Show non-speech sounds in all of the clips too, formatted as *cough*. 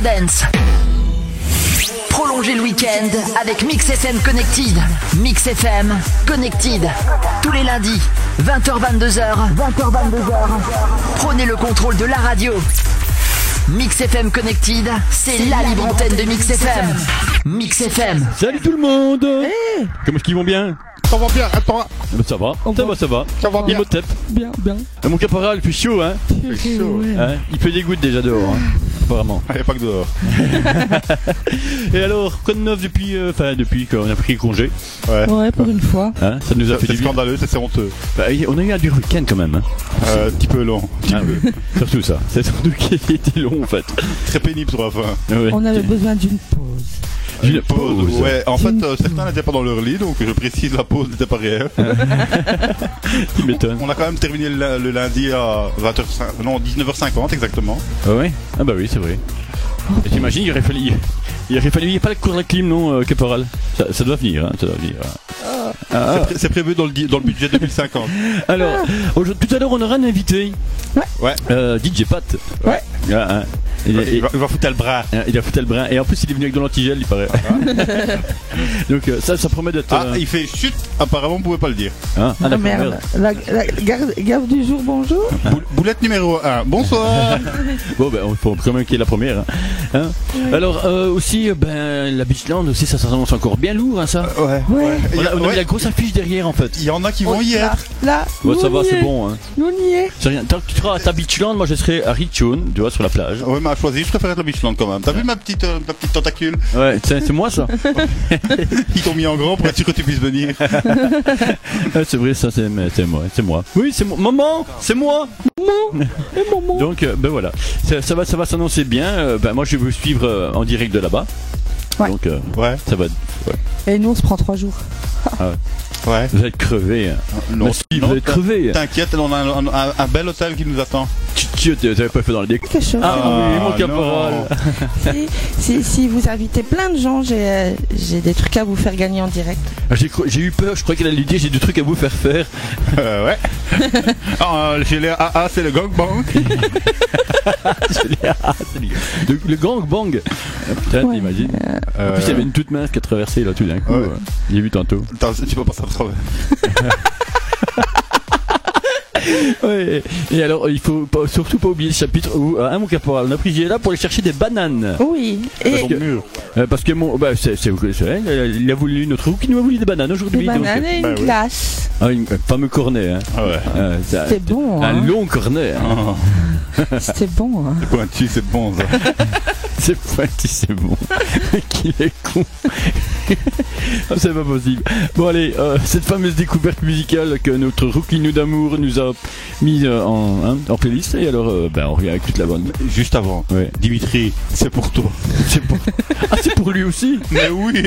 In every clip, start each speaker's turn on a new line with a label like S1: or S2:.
S1: Eurodance. Prolongez le week-end avec Mix FM Connected. Mix FM Connected. Tous les lundis, 20h-22h. 20h-22h. Prenez le contrôle de la radio. Mix FM Connected, c'est la libre antenne de Mix FM. Mix FM.
S2: Salut tout le monde Comment est-ce qu'ils vont bien
S3: Ça va bien, attends,
S2: Ah bah, Ça va, ça va, ça va.
S3: ça va bien.
S2: Imhotep.
S4: Bien, bien.
S2: Ah, Mon caporal, il fait chaud, hein,
S3: C'est chaud.
S4: Ouais.
S2: Hein Il fait des gouttes déjà dehors, hein, apparemment.
S3: Allez, pas que dehors.
S2: Et alors, quoi de neuf depuis, euh, enfin depuis qu'on a pris congé
S3: Ouais.
S4: Ouais, pour une fois.
S2: hein Ça nous a fait
S3: C'est
S2: du bien.
S3: scandaleux, c'est c'est honteux.
S2: Bah, on a eu un dur week-end quand même. hein.
S3: Euh, Un petit peu long.
S2: Ah oui. *laughs* surtout ça. C'est surtout qu'il était long en fait.
S3: Très pénible sur la fin.
S2: Ouais.
S4: On avait besoin d'une pause.
S2: Une pause.
S3: Ouais, en fait,
S4: Une
S3: euh, certains n'étaient pas dans leur lit, donc je précise, la pause n'était pas réelle.
S2: Tu m'étonnes.
S3: On a quand même terminé le, lin- le lundi à 20h, non, 19h50 exactement.
S2: Ah ouais Ah bah oui, c'est vrai. Et T'imagines, il aurait fallu. Il aurait fallu. Il n'y a pas le cours de la clim, non, euh, Caporal ça, ça doit venir, hein, ça doit venir. hein. Ah,
S3: C'est pré- C'est prévu dans le, di- dans le budget 2050.
S2: Alors, aujourd'hui- tout à l'heure, on aura un invité.
S4: Ah. Ouais.
S3: Ouais.
S2: Euh, DJ Pat.
S4: Ouais.
S2: Ah, ah. Il,
S3: *laughs* il,
S2: il-
S3: va, il va foutre à le bras.
S2: ah, il a foutu le brin. Et en plus, il est venu avec de l'antigel, il
S4: *laughs*
S2: paraît. Donc, euh, ça, ça promet d'être.
S3: Ah,
S2: euh,
S3: il fait chute, apparemment, on pouvait pas le dire.
S2: hein, ah,
S4: Ah,
S2: d'accord,
S4: merde. La, la- garde, garde du jour, bonjour.
S3: Boul- Boulette numéro 1. Bonsoir.
S2: Bon, ben, on faut quand même qu'il y ait la première. hein. Hein Alors, euh, aussi, euh, ben, la Beachland, aussi, ça s'annonce encore bien lourd, hein, ça.
S3: *laughs* ouais.
S4: Ouais.
S3: Il
S2: On
S3: y,
S2: a,
S3: a-
S2: on a
S3: Euh, ouais,
S2: mis la grosse affiche derrière, en fait.
S3: il y en a qui vont y
S4: Là,
S3: être.
S4: là
S2: Bon,
S4: nous,
S2: ça
S4: on
S2: va,
S4: y
S2: c'est
S4: est.
S2: bon. Hein.
S4: Nous, on y est.
S2: C'est rien. Tant que tu seras à ta Beachland, moi, je serai à Richoun, tu vois, sur la plage.
S3: Ouais, mais à choisir, je préfère être le Michelin quand même. T'as vu ma petite, euh, ma petite tentacule
S2: Ouais, c'est c'est moi, ça.
S3: Ils t'ont mis en grand pour être sûr que tu puisses venir.
S2: Ah, c'est vrai, ça, c'est mais c'est moi, c'est moi. Oui, c'est moi. Maman, c'est moi.
S4: Et maman.
S2: Donc, euh, ben voilà, ça, ça va, ça va s'annoncer bien. Euh, ben moi, je vais vous suivre euh, en direct de là-bas.
S4: Ouais.
S2: Donc, euh,
S3: Ouais,
S2: ça va. être-
S4: Et nous, on se prend trois jours.
S3: ouais.
S2: Vous allez crever. hein.
S3: Non,
S2: vous
S3: non,
S2: allez crever. hein.
S3: T'inquiète, on a un, un- un- un bel hôtel qui nous attend.
S2: Tu, tu, tu avais euh, pas fait dans le déc.
S4: Quelque chose.
S2: Ah, oui, mon
S3: non.
S2: caporal.
S4: Si, si, si vous invitez plein de gens, j'ai euh, j'ai des trucs à vous faire gagner en direct.
S2: Ah, J'ai cru- j'ai eu peur. Je crois qu'elle allait dire j'ai du truc à vous faire faire. *laughs*
S3: Euh, ouais. Ah, euh, chez les AA, c'est le gangbang.
S2: Je *laughs* l'ai- ah, c'est dégueu. le, le gang bang. Ah, Putain,
S4: Ouais.
S2: t'imagines. En
S3: Euh,
S2: plus, il y avait une toute mince qui a traversé là tout d'un coup.
S3: Ouais.
S2: euh, J'ai vu tantôt.
S3: Attends, tu peux passer à travers.
S2: Ouais. Et alors, il faut pas- surtout pas oublier le chapitre où, euh, hein, mon caporal, on a pris là pour aller chercher des bananes.
S4: Oui.
S2: Parce
S4: Et
S2: que, euh, parce que mon, bah, c'est, c'est, c'est vrai, euh, il a voulu notre roux qui nous a voulu des bananes aujourd'hui.
S4: des
S2: donc.
S4: bananes et une
S3: bah oui.
S4: glace.
S2: Ah, une- un fameux cornet. Hein.
S3: Ah ouais.
S2: Euh, ça-
S4: C'était bon.
S2: un
S4: Hein.
S2: long cornet. hein. *laughs*
S3: Oh,
S4: C'était bon. hein.
S3: c'est pointu, c'est bon ça.
S2: C'est pointu, c'est bon. *laughs* Qu'il est con. *laughs* Ah, c'est pas possible. Bon allez, euh, cette fameuse découverte musicale que notre Rouquinou d'amour nous a mise euh, en, hein, en playlist. Et alors, euh, ben, on revient avec toute la bande.
S3: Juste avant,
S2: Ouais.
S3: Dimitri, c'est pour toi.
S2: C'est pour... Ah, c'est pour lui aussi
S3: Mais oui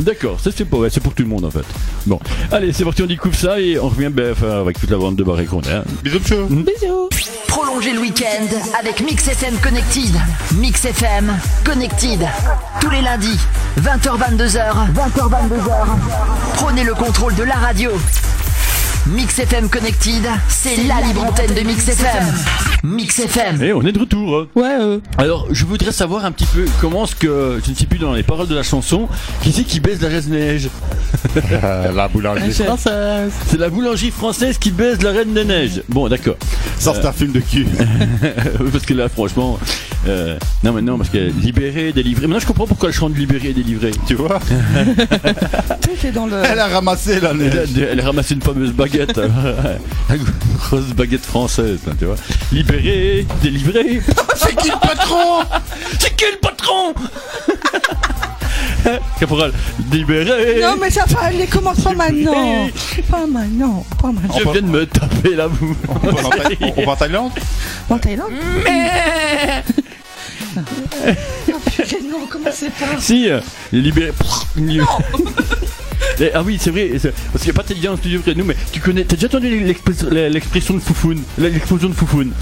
S2: D'accord, ça c'est pour, ouais, c'est pour tout le monde en fait. Bon, allez, c'est parti, on découvre ça et on revient ben, enfin, avec toute la bande de barré qu'on a. hein.
S3: Bisous, monsieur.
S4: Bisous.
S1: Prolongez le week-end avec Mix FM Connected. Mix FM Connected. Tous les lundis, 20h-22h. 20h-22h. Prenez le contrôle de la radio. Mix FM Connected, c'est la libre antenne de Mix FM. Mix FM.
S2: Et on est de retour. hein.
S4: Ouais, euh,
S2: Alors, je voudrais savoir un petit peu comment est-ce que, je ne sais plus dans les paroles de la chanson, qui c'est qui baise la reine neige
S3: Euh, la boulangerie.
S4: Ah,
S2: C'est c'est la boulangerie française qui baise la reine des neiges. Bon, d'accord. *laughs*
S3: Ça, c'est un film de cul.
S2: parce que là, franchement, euh, non, mais non, parce que libéré, délivré. Maintenant, je comprends pourquoi elle chante libéré et délivré. *laughs*
S3: tu vois
S4: tout est dans le.
S3: Elle a ramassé la
S2: Elle, *laughs*
S3: neige.
S2: a- elle a ramassé une fameuse baguette, *laughs* hein. une grosse baguette française, hein, tu vois. Libéré, délivré.
S3: C'est qui le patron
S2: C'est qui le patron *laughs* Caporal, libéré.
S4: Non, mais ça va, les commence pas maintenant. Pas maintenant, pas maintenant.
S2: Je viens de me taper la boue.
S3: on, va en Thaï- on va en Thaïlande
S4: En Thaïlande Mais. Non, comment c'est pas
S2: Si, euh, libéré. *laughs* Non Ah oui, c'est vrai, c'est- parce qu'il n'y a pas de bien en studio que nous, mais tu connais, t'as déjà entendu l'express- l'expression de foufoune L'explosion de foufoune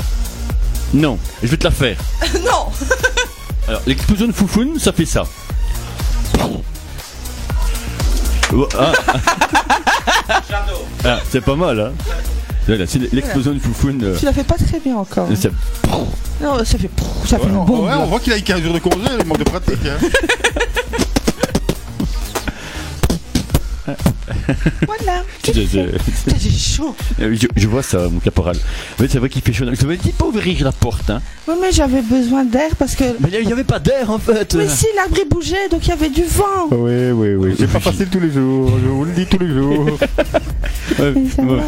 S2: Non, je vais te la faire.
S4: Non
S2: Alors, l'explosion de foufoune, ça fait ça. Oh, ah, ah. Ah, c'est pas mal, hein Voilà, c'est l'explosion de foufoune. euh,
S4: Tu la fais pas très bien encore.
S2: ça-
S4: Non, ça fait, prrr, ça fait
S3: Ouais,
S4: une
S3: on-
S4: bombe.
S3: ouais,
S4: là.
S3: on voit qu'il a une carrure de congé, il manque de pratique. hein.
S4: Voilà.
S2: je, je-
S4: Putain, J'ai chaud.
S2: euh, je- je vois ça, mon caporal. Mais c'est vrai qu'il fait chaud. Je ne dis pas ouvrir la porte. Hein.
S4: Oui, mais j'avais besoin d'air parce que.
S2: Mais il n'y avait pas d'air en fait.
S4: Mais si, l'arbre il bougeait, donc il y avait du vent.
S2: Oui, oui, oui.
S3: C'est pas facile tous les jours, je vous le dis tous les jours.
S4: Mais ça va.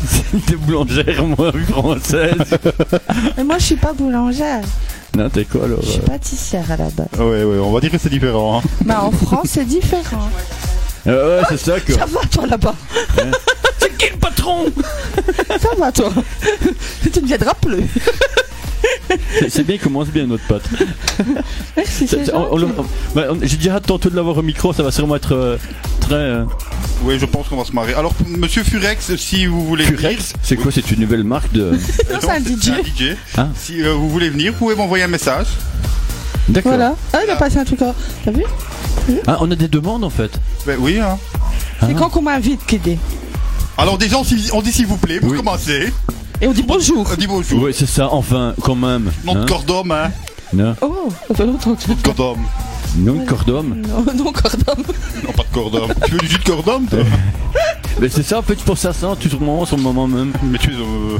S2: *laughs* T'es boulangère, moi, française.
S4: Mais moi, je suis pas boulangère.
S2: non, t'es quoi alors
S4: Je suis pâtissière à la base.
S3: Ouais, ouais, on va dire que c'est différent. hein.
S4: Bah, en France, c'est différent.
S2: euh, Ouais, c'est ça que.
S4: Ça va, toi, là-bas
S2: Hein C'est qui le patron
S4: Ça va, toi Tu ne viendras plus.
S2: C'est bien, il commence bien notre pote.
S4: Merci, c'est
S2: C'est- on- on
S4: gentil.
S2: le- on- bah, on- J'ai déjà hâte tantôt de l'avoir au micro, ça va sûrement être euh, très. euh,
S3: Oui, je pense qu'on va se marrer. Alors, monsieur Furex, si vous voulez
S2: Purex C'est quoi C'est une nouvelle marque
S4: *laughs*
S2: de.
S3: venir,
S4: c'est un DJ.
S3: DJ.
S2: Ah.
S3: Si euh, vous voulez venir, vous pouvez m'envoyer un message.
S2: D'accord.
S4: Voilà. Ah, il a passé un truc. en- T'as vu
S2: Ah, on a des demandes en fait.
S3: Ben oui. Hein.
S4: C'est quand qu'on m'invite, Kédé.
S3: Alors déjà, on, s'y- on dit s'il vous plaît, pour
S2: Oui.
S3: commencer.
S4: Et on dit bonjour.
S3: On dit bonjour.
S2: Ouais, c'est ça, enfin, quand même.
S3: Nom
S2: hein.
S3: de cordon, hein.
S2: Non,
S4: Oh, ça fait longtemps que je...
S3: Cordon.
S2: Nom de cordon.
S4: Non, *laughs* non, cordon.
S3: Non, pas de cordon. tu veux du jus de cordon, toi
S2: Mais c'est ça, en fait, je pense à ça, tout le moment, sur le moment même.
S3: Mais tu es... euh,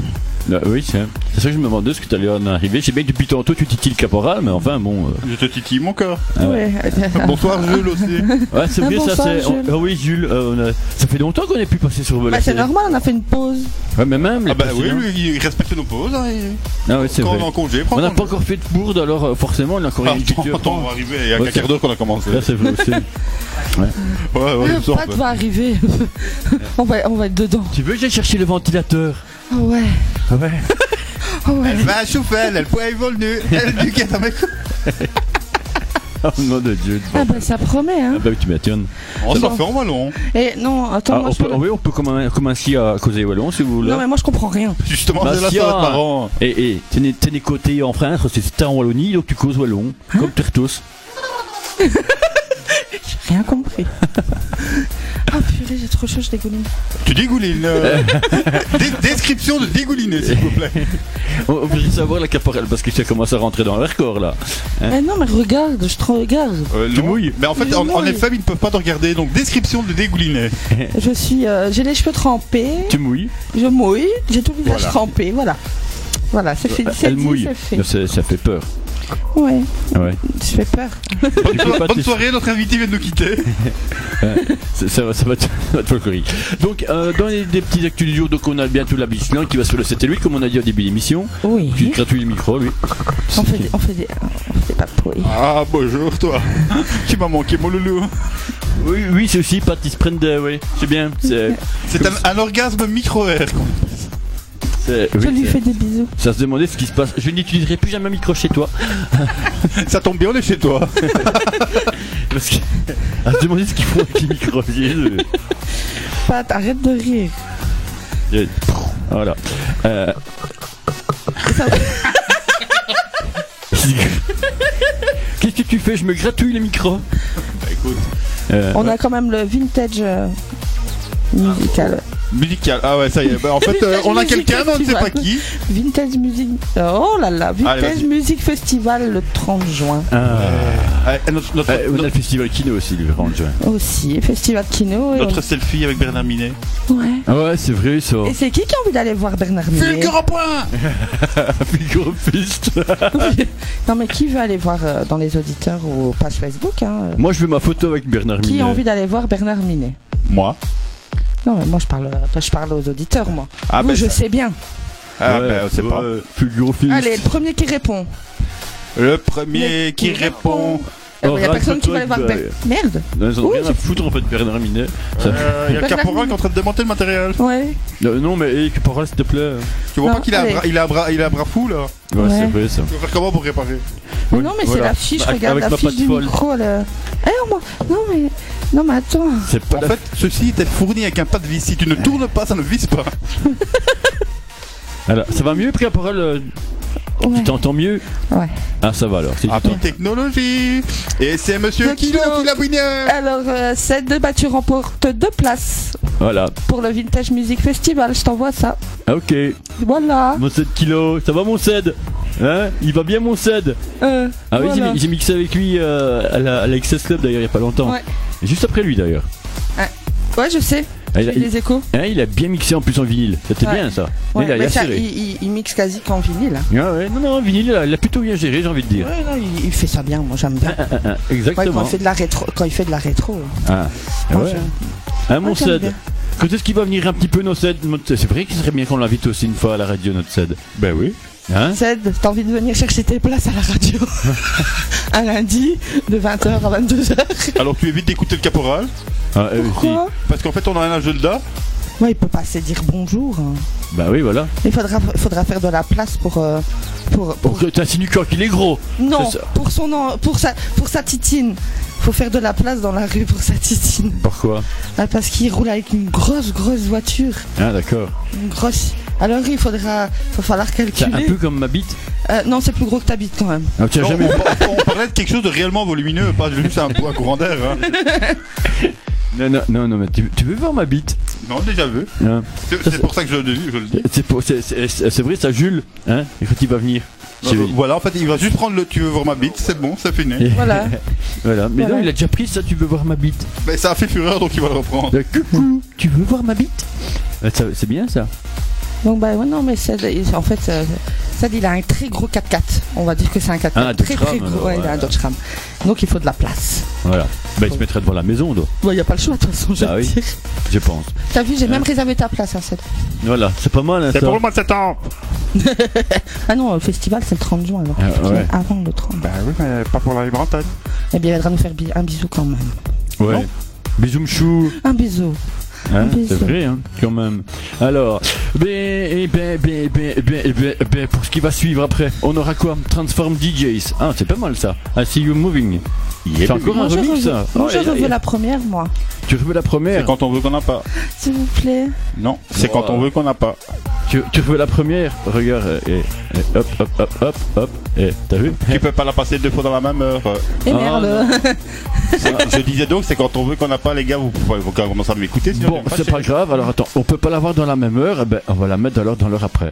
S2: Ah, oui, c'est c'est ça que je me demandais ce que t'allais en arriver. J'ai bien que depuis tantôt, tu titilles le caporal, mais enfin, bon. euh,
S3: Je te titille mon cœur.
S2: Ah
S4: ouais.
S3: Bonsoir, Jules aussi.
S2: Ouais, c'est
S4: Ah,
S2: bien ça,
S4: bonsoir,
S2: c'est.
S4: Jules.
S2: Ah oui, Jules, euh, on a- ça fait longtemps qu'on n'est plus passé sur le
S4: Bah, c'est normal, on a fait une pause.
S2: Ouais, mais même. les
S3: Ah bah oui,
S2: précédents.
S3: lui, il respecte nos pauses. hein, et-
S2: Ah oui, hein. c'est
S3: Quand on
S2: vrai.
S3: est en congé, prends
S2: On n'a
S3: ton-
S2: pas encore fait de bourde, alors euh, forcément, on a encore
S3: Ah,
S2: une
S3: attends,
S2: petite
S3: attends, on va arriver. Il y a
S2: Ouais,
S3: qu'un
S2: c'est-
S3: quart d'heure qu'on a commencé.
S2: Là, c'est vrai aussi.
S3: *laughs* Ouais, ouais,
S4: Le
S3: je sors,
S4: patte
S3: ouais.
S4: va arriver. on, va, on va être dedans.
S2: tu veux que j'aille chercher le ventilateur
S4: Oh ouais. *laughs*
S2: Ouais.
S4: Oh ouais.
S3: Elle va à Chauffel, elle poids évolue, elle *laughs* du gars avec
S2: Oh non de Dieu.
S4: Ah bah ça promet hein.
S2: Ah bah oui, tu m'étonnes.
S3: On
S4: Ça
S3: s'en
S4: va.
S3: Oh, fait en hein. ballon.
S4: Et non, attends,
S2: Ah,
S4: moi,
S2: on
S4: je...
S2: peut, oui, on peut commen- commencer à causer wallon si vous voulez.
S4: Non mais moi je comprends rien.
S3: Justement,
S2: Bah,
S3: c'est la
S2: si,
S3: soirée de
S2: hein.
S3: parents.
S2: Et, et t'es né, t'es né côté en France, c'est t'es en Wallonie, donc tu causes wallon,
S4: Hein
S2: comme Tertos.
S4: J'ai rien compris. Ah purée, j'ai trop chaud, je dégouline.
S3: Tu
S2: *laughs*
S3: dégoulines. euh. Dé- Description de dégouliner, s'il vous plaît.
S2: On on veut savoir la caporale parce que ça commence à rentrer dans leur corps là.
S4: Mais Eh non mais regarde, je te regarde.
S2: Euh,
S3: tu mouilles. Mais en fait,
S4: Mais
S3: en, en
S4: non, il-
S3: FM, ils ne peuvent pas te regarder. Donc, description de dégouliner.
S4: Je suis, euh, j'ai les cheveux trempés,
S2: Tu mouilles,
S4: je mouille, j'ai tout le visage
S3: Voilà.
S4: trempé, voilà. Voilà, c'est fait, c'est
S2: Euh, elle
S4: dit,
S2: mouille.
S4: c'est fait.
S2: Non, c'est- ça fait peur.
S4: Ouais,
S2: Ouais.
S4: tu fais peur.
S2: Tu peux pas
S3: Bonne
S2: te-
S3: soirée, notre invité vient de nous quitter.
S2: Ça, ça va, ça va te, *laughs* ça va te faire courir. Donc, euh, dans les, des petits actus du jour, donc on a bientôt la Bichlan qui va sur le 7 et 8, comme on a dit au début de l'émission.
S4: Oui.
S2: Tu gratuit le micro, lui.
S4: On fait, des- on fait des, on fait des papouilles.
S3: Ah, bonjour, toi. *laughs* tu m'as manqué, mon loulou.
S2: Oui, oui, c'est aussi Pat Sprender, oui. C'est bien. C'est,
S3: C'est un, un orgasme micro-air.
S2: c'est-
S4: Je
S2: oui,
S4: lui
S2: c'est-
S4: fais des bisous.
S2: ça se demandait ce qui se passe. Je n'utiliserai plus jamais un micro chez toi.
S3: Ça tombe bien, on est chez toi.
S2: Parce que, *laughs* à se demander ce qu'ils font avec les micros. *laughs* Je-
S4: Pat, arrête de rire.
S2: je- Voilà. *laughs* Euh,
S4: Ça-
S2: Qu'est-ce que tu fais Je me gratouille les micros.
S3: Bah, écoute.
S2: Euh,
S4: On a quand même le vintage euh, musical.
S3: Musical. Ah ouais, ça y est. Bah, en fait, euh, on a quelqu'un, on ne sait pas qui.
S4: Vintage Music. Oh là là, Vintage
S3: Allez, vas-y.
S4: Music Festival le 30 juin
S2: ah.
S3: Ouais, notre, notre,
S2: Euh, on a le
S3: notre,
S2: festival Kino aussi, le 30 juin.
S4: aussi. Festival Kino. Et,
S3: notre selfie avec Bernard Minet.
S4: Ouais.
S2: Ah ouais, c'est vrai ça. *laughs*
S4: Et c'est qui qui a envie d'aller voir Bernard Minet
S3: Fulgur en point
S2: Figure fist.
S4: *laughs* Non mais qui veut aller voir euh, dans les auditeurs ou page Facebook hein, euh,
S2: Moi, je veux ma photo avec Bernard
S4: Qui
S2: Minet.
S4: a envie d'aller voir Bernard Minet
S3: Moi.
S4: Non mais moi je parle, euh, je parle aux auditeurs moi.
S3: Ah
S4: Vous,
S3: ben,
S4: je
S3: ça-
S4: sais bien.
S3: Ah ben, c'est
S2: ouais.
S3: pas.
S2: Figure fist.
S4: Allez, le premier qui répond.
S3: Le premier qui répond.
S4: Il
S2: Oh,
S4: n'y Ah, a personne qui va aller voir
S2: raconte-toi
S4: Bernard. Merde.
S2: Non, ils en ont
S4: Oui,
S2: rien à
S4: c'est-
S2: foutre en fait, Bernard Minet. Ça-
S3: Euh, Il y a
S4: Bernard
S3: Caporal
S4: Minet.
S3: qui est en train de démonter le matériel.
S4: Ouais.
S2: Euh, non, mais hey, que parole s'il te plaît.
S3: Tu vois
S4: Non,
S3: pas qu'il a, un
S4: allez.
S3: bras- il a, un bras- il a un bras fou là
S2: Ouais,
S4: Ouais.
S2: c'est vrai ça.
S3: Tu vas faire comment pour réparer
S4: Mais
S2: Oui,
S4: non, mais
S2: voilà.
S4: c'est l'affiche,
S2: Avec-
S4: regarde
S2: avec ma
S4: l'affiche
S2: patte
S4: du
S2: folle.
S4: micro. Elle... Eh, on voit- non, mais... non, mais attends.
S2: C'est pas
S3: En
S2: la-
S3: fait, ceci était fourni avec un tas de vis. Si tu ne tournes pas, ça ne visse pas.
S2: Alors, ça va mieux, après la parole euh,
S4: Ouais.
S2: Tu t'entends mieux
S4: Ouais.
S2: Ah, ça va alors. Si tu
S3: Ah, toute technologie Et c'est monsieur
S4: Monsieur
S3: Kilo
S4: Kilo.
S3: qui l'a brigné
S4: Alors, euh, cette de batture remporte deux places
S2: t'en- Voilà. Ah,
S4: pour le Vintage Music Festival. Je t'envoie ça.
S2: Ok.
S4: Voilà.
S2: Mon 7 kg. Ça va mon Ced Hein Il va bien mon Ced
S4: Euh,
S2: Ah oui,
S4: voilà.
S2: j'ai- j'ai mixé avec lui euh, à la- à l'Access Club d'ailleurs il y a pas longtemps.
S4: Ouais.
S2: Et Juste après lui d'ailleurs.
S4: Ouais, je sais.
S2: Ah, Il,
S4: J'ai
S2: a-
S4: eu des échos.
S2: il- hein, il a bien mixé en plus en vinyle. C'était
S4: Ouais.
S2: bien ça.
S4: Ouais,
S2: il a
S4: mais
S2: bien
S4: ça,
S2: géré.
S4: il, il- il mixe quasi qu'en vinyle. hein.
S2: Ah ouais, non, non, vinyle, il a- il a plutôt bien géré, j'ai envie de dire.
S4: Ouais, non, il, il fait ça bien. Moi, j'aime bien.
S2: Ah, ah,
S4: Ouais, quand,
S2: exactement.
S4: il fait de la rétro, quand il fait de la rétro.
S2: Ah, Ah
S4: moi,
S2: ouais.
S4: je-
S2: Hein, mon
S4: Ouais, j'aime
S2: Ced
S4: bien.
S2: Quand est-ce qu'il va venir un petit peu nos Ced notre- C'est vrai qu'il serait bien qu'on l'invite aussi une fois à la radio, notre Ced.
S3: Ben oui.
S2: Hein
S4: Zed, t'as envie de venir chercher tes places à la *laughs* radio un lundi de 20h à 22h.
S3: Alors tu évites d'écouter le caporal,
S2: Ah, euh,
S4: Pourquoi
S3: parce qu'en fait on a un agenda.
S4: Ouais, il peut passer dire bonjour. hein.
S2: si. Bah oui, voilà.
S4: Il faudra, faudra faire de la place pour. euh, pour, pour-
S2: Pour que t'insinues quand qu'il est gros.
S4: non,
S2: c'est ça.
S4: pour, son, en- pour, sa, pour sa titine. Faut faire de la place dans la rue pour sa titine.
S2: Pourquoi
S4: Ah, parce qu'il roule avec une grosse, grosse voiture.
S2: Ah, d'accord.
S4: Une grosse. Alors il faudra. Faut falloir
S2: C'est un
S4: calculer.
S2: peu comme ma bite.
S4: Euh, non, c'est plus gros que ta bite quand même.
S2: Ah, tu as
S3: Non,
S2: jamais.
S3: on, on parlait de quelque chose de réellement volumineux, pas juste un, un courant d'air. hein.
S2: Non, non, non, non, mais tu, tu veux voir ma bite
S3: Non, déjà vu.
S2: hein
S3: C'est c'est pour ça que je, le dis- je le dis.
S2: C'est pour- c'est- c'est- c'est vrai, ça Jules, hein Et Quand il va venir. Chez lui.
S3: Euh, Voilà, en fait, il va juste prendre le tu veux voir ma bite, c'est bon, c'est fini.
S4: *laughs* Voilà.
S2: *laughs* Voilà. Mais
S4: Voilà.
S2: non, il a déjà pris ça, tu veux voir ma bite.
S3: Mais ça a fait fureur, donc il va le reprendre.
S2: Euh, Coucou, tu veux voir ma bite Euh, ça- C'est bien ça.
S4: Donc bah ouais, non mais Sad, il- en fait euh, Sad il a un très gros 4x4. On va dire que c'est un 4x4
S2: Ah, un
S4: très
S2: Dodge
S4: très
S2: Ram,
S4: gros.
S2: alors,
S4: Ouais, il a un
S2: ouais.
S4: Dodge Ram. Donc il faut de la place.
S2: Voilà. Bah, il se mettrait devant la maison, donc,
S4: Bon, il n'y a pas le choix de toute façon, je
S2: Ah
S4: veux
S2: oui.
S4: dire.
S2: je pense.
S4: T'as vu, j'ai même réservé ta place à Sad.
S2: Voilà, c'est pas mal, hein, ça.
S3: mois de septembre.
S4: Ah non, le festival c'est le 30 juin alors.
S2: Ah,
S4: C'est
S2: ouais.
S4: Avant le 30.
S3: Bah oui, mais pas pour la Bretagne.
S4: Eh bien il viendra nous faire bi- un bisou quand même.
S2: Ouais.
S3: Non
S2: Bisous, mchou.
S4: Un bisou.
S2: Hein,
S4: Bisous.
S2: c'est vrai, hein, quand même. Alors, ben, eh ben, ben, ben, ben, ben, ben, pour ce qui va suivre après, on aura quoi Transform DJs. Ah, c'est pas mal ça. I see you moving. C'est encore un
S4: Moi, je
S2: remix,
S4: veux-
S2: ça.
S4: moi,
S2: Oh,
S4: je
S2: et-
S4: veux
S2: et-
S4: la première moi.
S2: Tu veux la
S3: C'est
S2: première
S3: quand on veut qu'on n'a pas.
S4: S'il vous plaît.
S3: Non, c'est
S2: Wow.
S3: quand on veut qu'on n'a pas.
S2: tu, tu veux la première Regarde, euh, et, et hop, hop, hop, hop, hop. Et t'as *laughs* vu
S3: Tu peux pas la passer deux fois dans la même heure. *laughs* euh.
S4: Et
S2: Ah,
S4: Eh, merde.
S3: C'est- je disais donc, c'est quand on veut qu'on n'a pas, les gars, vous pouvez vous commencer à m'écouter. sinon
S2: Bon,
S3: je vais
S2: c'est
S3: me
S2: pas
S3: fâcher.
S2: grave. Alors attends, on peut pas l'avoir dans la même heure. Eh ben, on va la mettre alors dans l'heure après.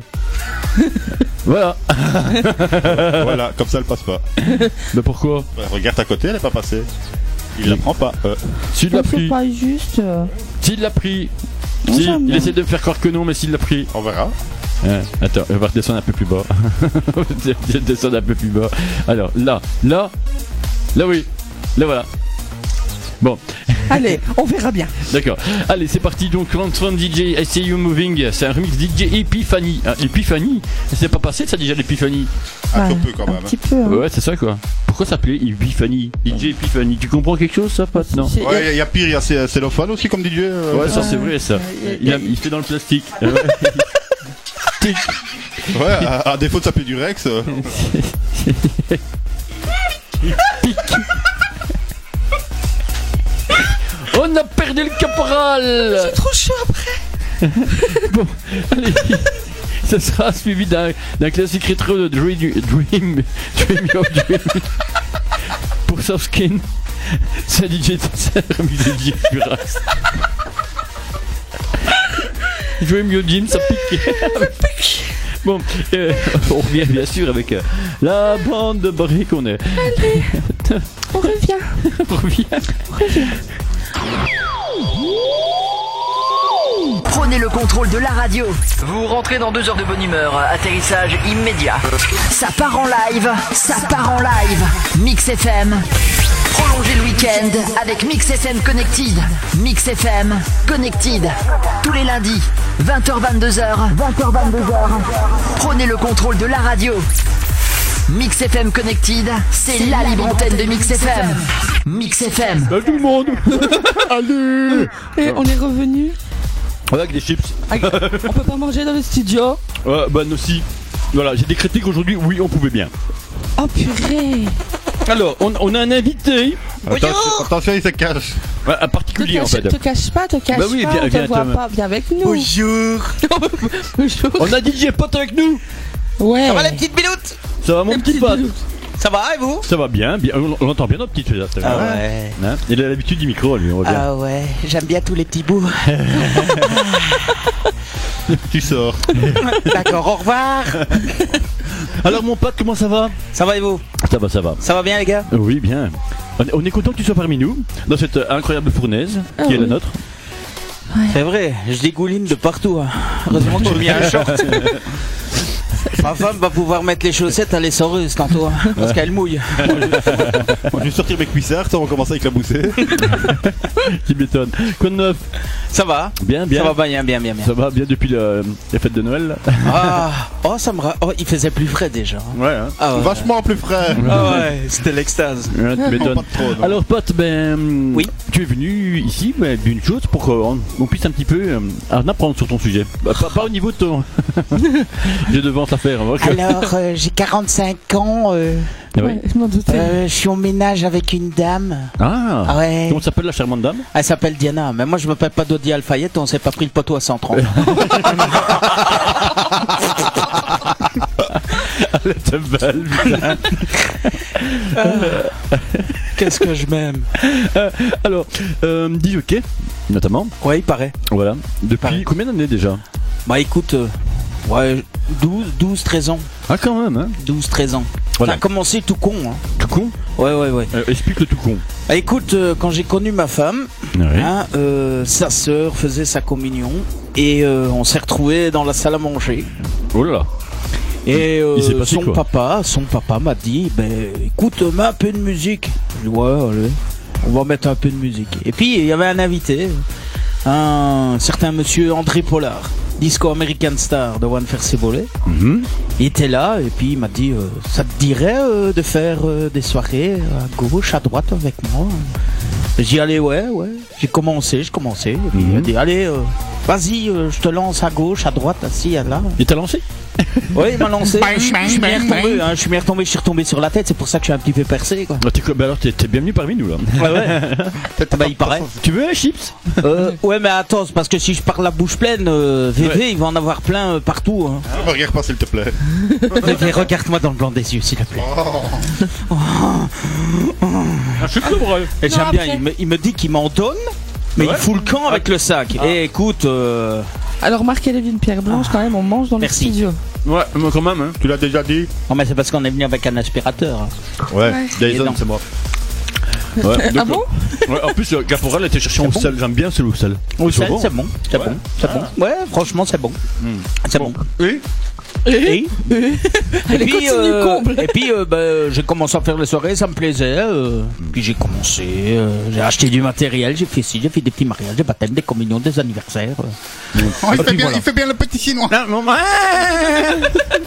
S2: voilà.
S3: Voilà, comme ça, elle passe pas.
S2: Mais pourquoi
S3: Bah, regarde à côté, elle est pas passée. Il la prend pas. euh.
S2: S'il
S4: Non,
S2: l'a
S4: *laughs* c'est
S2: pris,
S4: pas juste. euh,
S2: s'il l'a pris,
S4: Non,
S2: si,
S4: j'aime
S2: il
S4: bien.
S2: essaie de me faire croire que non, mais s'il l'a pris.
S3: On verra.
S2: Hein, attends, on va redescendre un peu plus bas. *laughs* on va de- descendre un peu plus bas. Alors là, là, là oui, là voilà. Bon,
S4: Allez, on verra bien.
S2: D'accord. Allez, c'est parti donc. Transform DJ I See You Moving. C'est un remix DJ Epiphany. Ah, Epiphany C'est pas passé ça déjà l'Epiphany
S3: Un
S4: Ouais,
S3: peu peu quand
S4: un
S3: même.
S4: petit peu. hein.
S2: Ouais, c'est ça quoi. Pourquoi s'appeler Epiphany DJ Epiphany. Tu comprends quelque chose ça, Pat Non
S4: C'est-
S3: Ouais, il y, a pire, il y a Cé- Cellophane aussi comme DJ. euh.
S2: Ouais, ça c'est vrai ça.
S4: Ouais.
S2: Il, a- il fait dans le plastique. Ouais. Tic.
S3: Ouais, à, à défaut de s'appeler du Rex. euh.
S2: *laughs* On a perdu le caporal
S4: Trop chaud.
S2: Allez, ça sera suivi d'un d'un classique rétro de Dream, Dream, Dream Your Dream pour Skin. C'est DJ c'est un remix de DJ Duras. Dream Your Dream, ça pique. Bon, euh, on revient bien sûr avec euh, la bande de barré qu'on est.
S4: On revient.
S2: On revient.
S1: Prenez le contrôle de la radio. Vous rentrez dans deux heures de bonne humeur. Atterrissage immédiat. Ça part en live. Ça part en live. Mix FM. Prolongez le week-end avec Mix FM Connected. Mix FM Connected. Tous les lundis, 20h-22h. 20h-22h. Prenez le contrôle de la radio. Mix FM Connected, c'est la libre antenne de Mix FM. Mix FM.
S2: Salut tout le monde. Allez.
S4: Et on est revenu.
S2: Avec des chips.
S4: On peut pas manger dans le studio.
S2: Ouais, bah, nous aussi. Voilà, j'ai des critiques aujourd'hui. Oui, on pouvait bien.
S4: Oh purée.
S2: Alors, on, on a un invité
S3: Attention, attention, il se cache.
S2: ouais, bah, un
S4: Te
S2: particulier en
S4: cache,
S2: fait.
S4: te cache pas, te cache
S2: Bah oui,
S4: pas,
S2: viens-
S4: on te
S2: viens,
S4: voit
S2: Thomas.
S4: pas, viens avec nous.
S5: Bonjour
S4: Bonjour.
S2: On a DJ Pote avec nous.
S4: Ouais.
S5: Ça va les petites biloutes
S2: Ça va mon petit pote
S4: Biloute.
S5: Ça va, et vous
S2: Ça va bien, bien on on l'entend bien notre petite chose.
S5: Ah ouais.
S2: Hein Il a l'habitude du micro, lui, on voit bien.
S5: Ah ouais, j'aime bien tous les petits bouts. *laughs* Ah.
S3: Tu sors.
S5: D'accord, au revoir.
S2: Alors, mon pote, comment ça va
S5: Ça va et vous
S2: Ça va, ça va.
S5: Ça va bien les gars
S2: Oui, bien. On est, on est content que tu sois parmi nous, dans cette euh, incroyable fournaise
S5: Ah
S2: qui est la nôtre. *laughs*
S5: C'est vrai, je dégouline de partout. hein. Heureusement que *laughs* j'ai mis un short. Ma femme va pouvoir mettre les chaussettes à l'essoreuse tantôt, hein, parce qu'elle mouille.
S3: Moi, je vais sortir mes cuissards, ça, on va commencer avec la boussée.
S2: Tu m'étonnes. Quoi de neuf
S5: Ça va
S2: Bien, bien.
S5: Ça va bien, bien, bien, bien.
S2: Ça va bien depuis le- les fêtes de Noël là
S5: Ah, oh, ça me ra- oh, il faisait plus frais déjà. hein.
S2: Ouais, hein.
S5: Ah ouais,
S3: Vachement plus frère.
S5: Ah ouais, c'était l'extase.
S2: Ouais, Hein, tu
S3: *laughs* Non,
S2: m'étonnes.
S3: pas de trop, non.
S2: Alors, pote, ben.
S5: Oui.
S2: Tu es venu ici, ben, d'une chose pour qu'on on puisse un petit peu euh, en apprendre sur ton sujet. Bah, pas, pas au niveau de ton. *laughs* J'ai devant ta hein, faire.
S5: Alors, euh, j'ai 45 ans, euh,
S2: Eh
S4: Ouais, je m'en doutais.
S5: euh, je suis en ménage avec une dame.
S2: Ah,
S5: Ah ouais,
S2: Comment s'appelle la charmante dame *laughs*
S5: elle s'appelle Diana, mais moi je m'appelle pas Dodi Alfayette, on s'est pas pris le poteau à 130.
S2: Elle était belle, putain.
S5: *laughs* Qu'est-ce que je m'aime
S2: *laughs* Alors, euh, dis ok, notamment.
S5: Ouais, il paraît.
S2: Voilà. Depuis
S5: Pareil.
S2: combien d'années déjà
S5: Bah écoute, euh, ouais, 12, 12, 13 ans.
S2: Ah, quand même, hein
S5: 12, 13 ans.
S2: Voilà.
S5: Ça a commencé tout con. Hein.
S2: Tout con
S5: Ouais, ouais, ouais.
S2: Euh, Explique le tout con.
S5: Bah, écoute, euh, quand j'ai connu ma femme,
S2: Ah Ouais.
S5: hein, euh, sa sœur faisait sa communion et euh, on s'est retrouvés dans la salle à manger.
S2: Oh là là.
S5: Et euh,
S2: Il s'est passé
S5: son
S2: quoi
S5: papa, son papa m'a dit, ben écoute, mets un peu de musique. Je dis, ouais, allez, on va mettre un peu de musique. Et puis il y avait un invité, un certain monsieur André Pollard, disco American Star de One Faire Cebolet.
S2: Mhm.
S5: Il était là et puis il m'a dit, euh, ça te dirait euh, de faire euh, des soirées à gauche, à droite avec moi. J'y allais, ouais, ouais. J'ai commencé, je commençais. Et puis Il m'a
S2: Mhm.
S5: dit, allez, euh, vas-y, euh, je te lance à gauche, à droite, assis, à là.
S2: Il t'a lancé
S5: Oui, il m'a lancé. Je suis- je suis bien retombé, hein, je suis bien retombé, je suis retombé sur la tête, c'est pour ça que je suis un petit peu percé. Quoi.
S2: Ah, t'es quoi Bah alors, t'es t'es bienvenu parmi nous là.
S5: *laughs* Ah bah, il paraît.
S2: tu veux un chips
S5: Euh, ouais, mais attends, c'est parce que si je parle la bouche pleine, euh, VV, il va en avoir plein euh, partout. Hein.
S3: Ah, Regarde pas, s'il te plaît.
S5: VV, regarde-moi dans le blanc des yeux, s'il te plaît.
S2: Un chips de bref.
S5: Et
S6: Non,
S5: j'aime bien,
S6: après.
S5: il me, il me dit qu'il m'en donne, mais il fout le camp avec le sac. Et écoute, euh,
S4: Alors, marc les d'une pierre blanche, quand même, on mange dans le
S5: Merci.
S4: studio.
S2: Ouais, moi quand même, hein.
S3: Tu l'as déjà dit
S5: non, mais c'est parce qu'on est venu avec un aspirateur. hein.
S3: Ouais. Jason,
S5: Énorme.
S3: c'est moi.
S2: Ouais,
S4: Ah
S2: donc,
S4: bon
S2: ouais, En plus, euh, Caporal était cherché en
S5: bon
S2: sel. J'aime bien celui au sel.
S5: Au
S2: C'est
S5: sel,
S2: bon.
S5: c'est bon, c'est
S2: Ouais.
S5: bon, c'est bon. Ouais, franchement, c'est bon. C'est bon.
S3: Oui
S5: Et, *laughs*
S4: Allez,
S5: puis,
S4: continue,
S5: euh,
S4: comble.
S5: et puis euh, bah, j'ai commencé à faire les soirées, ça me plaisait. euh, puis j'ai commencé, euh, j'ai acheté du matériel, j'ai fait ci, j'ai fait des petits mariages, des baptêmes, des communions, des anniversaires.
S3: Oh,
S5: euh.
S3: il,
S5: puis
S3: fait bien,
S5: voilà.
S3: il fait bien le petit chinois.
S2: Ah,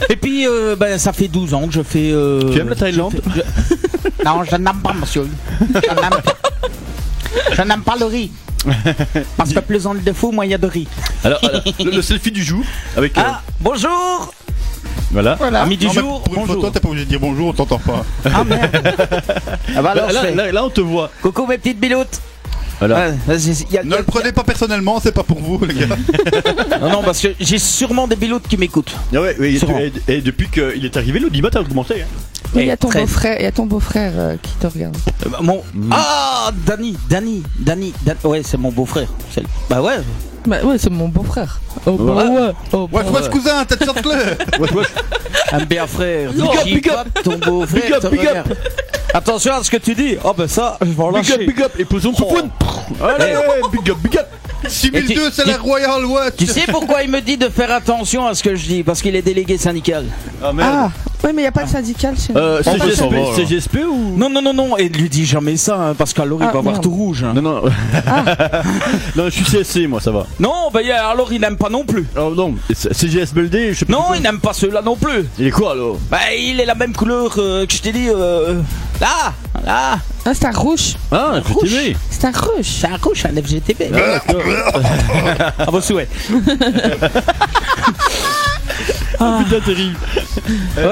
S5: Et puis euh, bah, ça fait 12 ans que je fais. euh,
S2: Tu aimes la Thaïlande
S5: Non, je n'aime pas, monsieur. Je n'aime pas. Je n'aime pas le riz. Parce que plus on le défaut, moins il y a de riz.
S2: Alors, alors, le, le selfie du jour avec. euh,
S5: Ah, bonjour
S2: voilà. Bah,
S5: Amis du
S3: Non, mais
S5: jour,
S3: pour une photo,
S5: bonjour.
S3: t'es pas obligé de dire bonjour, on t'entend *laughs* pas.
S5: Ah merde Ah bah alors,
S2: Là,
S5: je
S2: là,
S5: fais.
S2: là, là, on te voit.
S5: Coucou mes petites biloutes
S2: Voilà.
S5: Ah, vas-y, y a- y
S3: Ne
S5: a-
S3: le prenez pas personnellement, c'est pas pour vous, les gars.
S5: Non, non, parce que j'ai sûrement des pilotes qui m'écoutent.
S2: Ah ouais, ouais, et,
S5: Souvent.
S2: et- et depuis qu'il est arrivé, l'audimat a augmenté. hein.
S4: Oui, il y a ton
S5: très-
S4: beau-frère, il y a ton beau-frère euh, qui te regarde.
S5: Euh, Mon... Ah, Danny, Danny, Danny, Dan- ouais, c'est mon beau-frère. C'est le- Bah ouais,
S4: Bah ouais, c'est mon beau-frère. Oh, bah
S2: Ouais.
S4: ouais. Oh, bah
S3: Wesh, wesh, cousin, tête chante-le.
S2: *laughs* Ouais, ouais.
S5: un bien frère.
S2: Pick up, pick up.
S5: ton beau-frère.
S2: Pick up,
S5: te
S2: pick up.
S5: regarde. Attention à ce que tu dis. Oh, bah ça, je vais en
S2: Big up,
S5: lâcher.
S2: big up. Et posons son point. Allez, big up, big up.
S3: 6002, c'est la Royal Watch.
S5: Tu sais pourquoi il me dit de faire attention à ce que je dis Parce qu'il est délégué syndical.
S2: Ah
S4: Ah, ouais, mais il n'y a pas de syndical chez nous. Ah,
S2: Euh,
S3: On passe au
S2: CGSP,
S3: bord, alors.
S2: CGSP ou
S5: Non, non, non, non, et ne lui dis jamais ça, hein, parce qu'alors il
S4: Ah,
S5: va avoir
S4: merde.
S5: tout rouge. hein.
S2: Non, non. *laughs* non, je suis CSC, moi, ça va.
S5: Non, bah yeah, alors il n'aime pas non plus.
S2: Oh non, C- CGSBLD, je sais pas.
S5: Non,
S2: pourquoi.
S5: il n'aime pas ceux-là non plus.
S2: Il est quoi alors
S5: Bah, il est la même couleur euh, que je t'ai dit. euh, là, là,
S4: Ah, c'est un rouge.
S2: Ah, je
S5: Rouge.
S2: t'aimais.
S4: C'est un rouge.
S5: c'est un rouge, un FGTB.
S2: Ah, d'accord.
S5: *laughs* À vos souhaits.
S2: Ah, putain, terrible.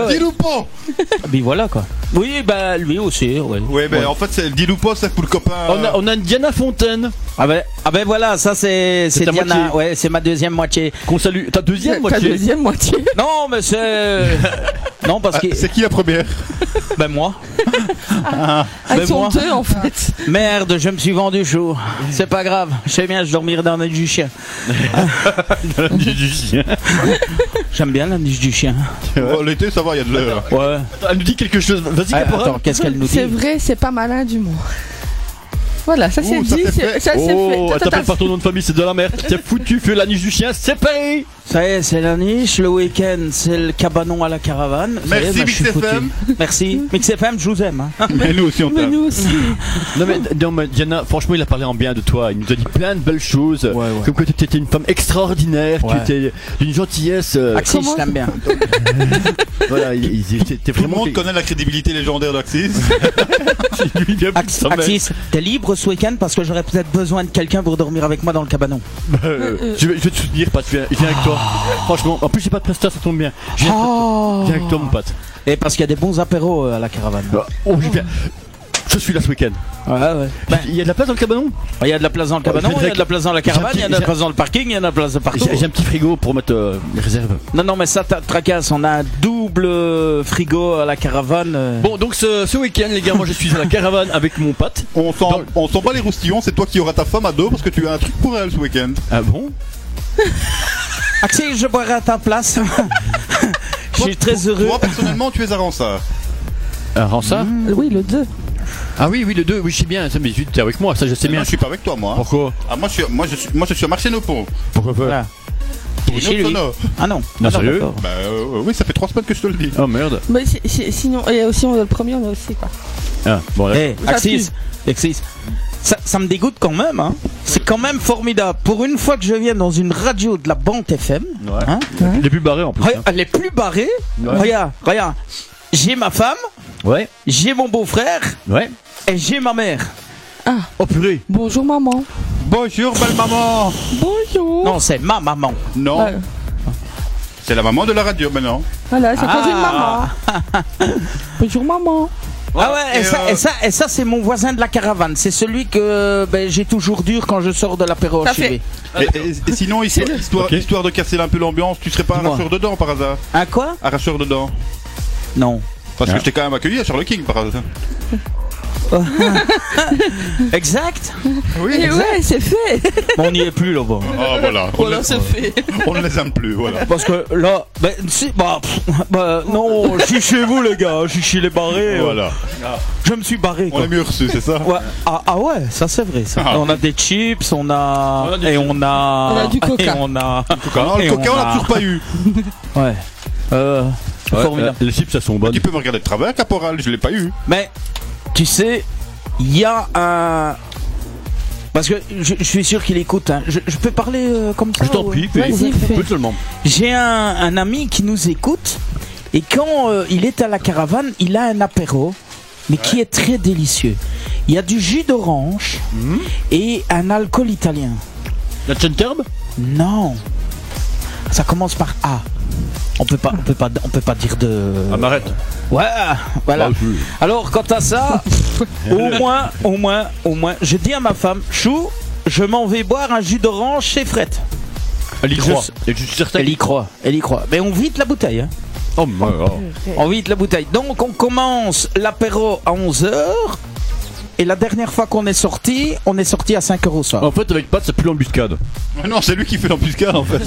S3: Diloupo
S5: Mais Ben, voilà quoi. Oui, bah lui aussi, ouais.
S3: Ouais, mais en fait, c'est le Diloupo, c'est pour le copain.
S2: On a, on a une Diana Fontaine
S5: Ah ben, ah ben voilà, ça c'est c'est
S2: ta
S5: Diana.
S2: moitié.
S5: Ouais, c'est ma deuxième moitié.
S2: qu'on salue. Ta deuxième
S4: Ta
S2: moitié.
S4: deuxième moitié.
S5: Non, mais c'est Non, parce
S3: Ah,
S5: que.
S3: C'est qui la *laughs* première
S5: Ben moi.
S4: Elles
S5: Ben
S4: sont
S5: moi.
S4: deux en fait.
S5: Merde, je me suis vendu chaud. C'est pas grave. Je sais bien, je dormirai dans la nuit du chien.
S2: du, du chien.
S5: J'aime bien la niche du chien.
S3: Oh, L'été, ça va, il y a de l'heure.
S5: Ouais.
S2: Attends, *laughs* Elle nous dit quelque chose. Vas-y,
S5: Ah,
S2: Caporal.
S5: attends, qu'est-ce qu'elle nous dit
S4: C'est vrai, c'est pas malin du mot. Voilà, ça c'est
S3: Ouh, ça
S4: dit,
S3: c'est
S4: c'est-
S3: fait.
S4: ça Ah, c'est
S2: Oh,
S4: fait.
S2: elle
S4: Toi, t'as-
S2: t'appelle par ton nom de famille, c'est de la merde. T'es foutu, fais la niche du chien, c'est payé.
S5: Ça y est, c'est la niche. Le week-end, c'est le cabanon à la caravane. Ça y est,
S3: Merci,
S5: bah, je suis
S3: Mix
S5: foutu.
S3: FM.
S5: Merci. Mix FM, je vous aime. hein.
S3: *laughs* Mais nous aussi, on
S4: Mais
S3: t'aime.
S4: nous aussi.
S2: Non mais, non, mais Diana, franchement, il a parlé en bien de toi. Il nous a dit plein de belles choses.
S5: Ouais, ouais.
S2: Comme que tu étais une femme extraordinaire,
S5: Ouais.
S2: tu étais d'une gentillesse. euh,
S5: Axis,
S4: Comment-
S5: je
S2: *laughs*
S5: l'aime bien.
S2: voilà, il, il- il- t'es- t'es
S3: Tout le
S2: vraiment.
S3: monde connaît la crédibilité légendaire *laughs* d'Axis.
S2: Lui, il a plus de
S5: Axis,
S2: sa mère.
S5: Axis, t'es libre ce week-end parce que j'aurais peut-être besoin de quelqu'un pour dormir avec moi dans le cabanon.
S2: Euh, je, vais, je vais te soutenir, Pat. Viens, viens avec toi. Franchement, en plus, j'ai pas de prestat, ça tombe bien. Je Viens,
S5: Oh.
S2: viens avec toi, mon Pat.
S5: Et parce qu'il y a des bons apéros euh, à la caravane.
S2: Oh, je viens. Je suis là ce week-end.
S5: Ouais, ouais. Ben,
S2: Il y a de la place dans le cabanon
S5: il y a de la place dans le
S2: Bah, je
S5: cabanon,
S2: vais
S5: il y a de la place dans la caravane, il y a de la
S2: J'ai-
S5: place dans le parking, il y a de la place de partout.
S2: J'ai j'ai un petit frigo pour mettre euh, les réserves.
S5: Non, non, mais ça ta- tracasse. On a un double euh, frigo à la caravane. euh.
S2: Bon, donc ce, ce week-end, les gars, moi je suis à la caravane avec mon Pat.
S3: On s'en on s'en bat les roustillons, c'est toi qui auras ta femme à dos parce que tu as un truc pour elle ce week-end.
S2: Ah bon
S5: Axel, je boirai à ta
S2: *laughs*
S5: place. Je suis très heureux.
S3: Toi, personnellement, tu es à Ransard.
S2: Alors Euh, ça
S4: Oui, le 2.
S2: Ah oui, oui, le 2, oui, je sais bien. Ça, mais tu t'es avec moi, ça je sais
S3: Moi,
S2: bien.
S3: je suis pas avec toi, moi. hein.
S2: Pourquoi
S3: Ah, moi, je suis, moi, je suis, moi, je suis à Marchénopont.
S2: Pourquoi pas
S5: Voilà. Il est
S3: Pour
S5: chez
S3: une autre
S5: lui.
S3: sono.
S5: Ah non.
S2: Non,
S5: Ah
S2: sérieux
S5: d'accord.
S3: Bah, euh, oui, ça fait trois semaines que je te le dis.
S2: Oh merde.
S4: Mais si- si- sinon, et aussi on est le premier, on est aussi quoi.
S2: Ah, bon, là.
S5: Eh,
S4: Ça
S5: Axis, Axis. Ça, ça me dégoûte quand même. Hein. C'est quand même formidable. Pour une fois que je viens dans une radio de la Banque FM,
S2: Ouais.
S5: hein,
S2: Il est plus barré en plus. hein.
S5: Regarde, Elle est plus barrée.
S2: Ouais.
S5: Regarde, regarde. J'ai ma femme,
S2: Ouais,
S5: j'ai mon beau-frère
S2: ouais.
S5: et j'ai ma mère.
S2: Oh purée
S4: Bonjour maman.
S3: Bonjour, belle maman.
S4: Bonjour.
S5: Non, c'est ma maman.
S3: Non,
S4: Ah,
S3: c'est la maman de la radio maintenant.
S4: Voilà, c'est
S5: Ah.
S4: cause une maman. Bonjour maman.
S5: Ah ouais, et,
S3: et
S5: ça,
S3: euh,
S5: et ça, et ça, c'est mon voisin de la caravane. C'est celui que ben, j'ai toujours dur quand je sors de l'apéro
S4: Ça
S5: chez
S4: fait-
S5: lui.
S3: Et, et- et sinon, histoire, histoire,
S2: Ok.
S3: histoire de casser un peu l'ambiance, tu serais pas
S5: Dis-moi.
S3: arracheur dedans par hasard
S5: Un Hein, quoi
S3: Arracheur dedans
S4: *laughs*
S5: Non.
S3: Parce
S2: Ah.
S5: Hein?
S3: que je t'ai quand même accueilli à Charles King par hasard.
S5: Exact
S4: Et ouais, c'est fait.
S5: Bon, On n'y est plus là-bas.
S3: Ah voilà, on,
S4: Voilà,
S3: les-
S4: c'est fait.
S3: on ne les aime plus, voilà.
S5: Parce que là, ben, si- bah, pff, bah,
S2: *laughs*
S5: non, je suis chez vous les gars, je suis chez les barrés. euh.
S3: Voilà.
S5: Je me suis barré.
S3: On
S5: quoi.
S3: est mieux reçu, Eh, oh. c'est ça
S5: Ouais. Ah, ah ouais, ça c'est vrai. ça.
S3: Ah.
S5: On a des chips, on a,
S2: On a du
S5: et
S2: chips.
S5: on a,
S4: On a du coca.
S5: *laughs* et on a,
S3: Non,
S5: Et
S3: le coca,
S5: on
S3: on l'a
S5: a-
S3: toujours pas eu.
S5: ouais. Euh, formidable.
S2: les chips, ça sont bonnes.
S3: Tu peux me regarder de travers, caporal, je l'ai pas eu.
S2: euh.
S5: Mais tu sais, il y a un. Parce que je, je suis sûr qu'il écoute. hein. Je, je peux parler euh, comme ça
S2: Je t'en
S5: ou-
S2: prie, fais-
S4: Ah Vas-y, fais.
S2: fais seulement.
S5: J'ai un, un ami qui nous écoute et quand euh, il est à la caravane, il a un apéro, mais qui est très délicieux. Il y a du jus d'orange et un alcool italien.
S2: La Chenterbe
S5: Non, ça commence par A. On peut pas, on peut pas, on peut pas dire de.
S2: m'arrête.
S5: Ouais, voilà.
S2: Ah, oui.
S5: Alors, quant à ça, au moins, au moins, au moins, je dis à ma femme, Chou, je m'en vais boire un jus d'orange chez Fred.
S2: Elle y
S5: Je
S2: croit.
S5: sais-
S2: Et je suis certain.
S5: Elle y croit, elle y croit. Mais on vide la bouteille, hein.
S2: Oh, my God.
S5: On vide la bouteille. Donc, on commence l'apéro à 11h. Et la dernière fois qu'on est sorti, on est sorti à 5h au soir.
S3: Oh.
S2: En fait, avec Pat, c'est plus l'embuscade.
S3: Mais non, c'est lui qui fait l'embuscade en fait.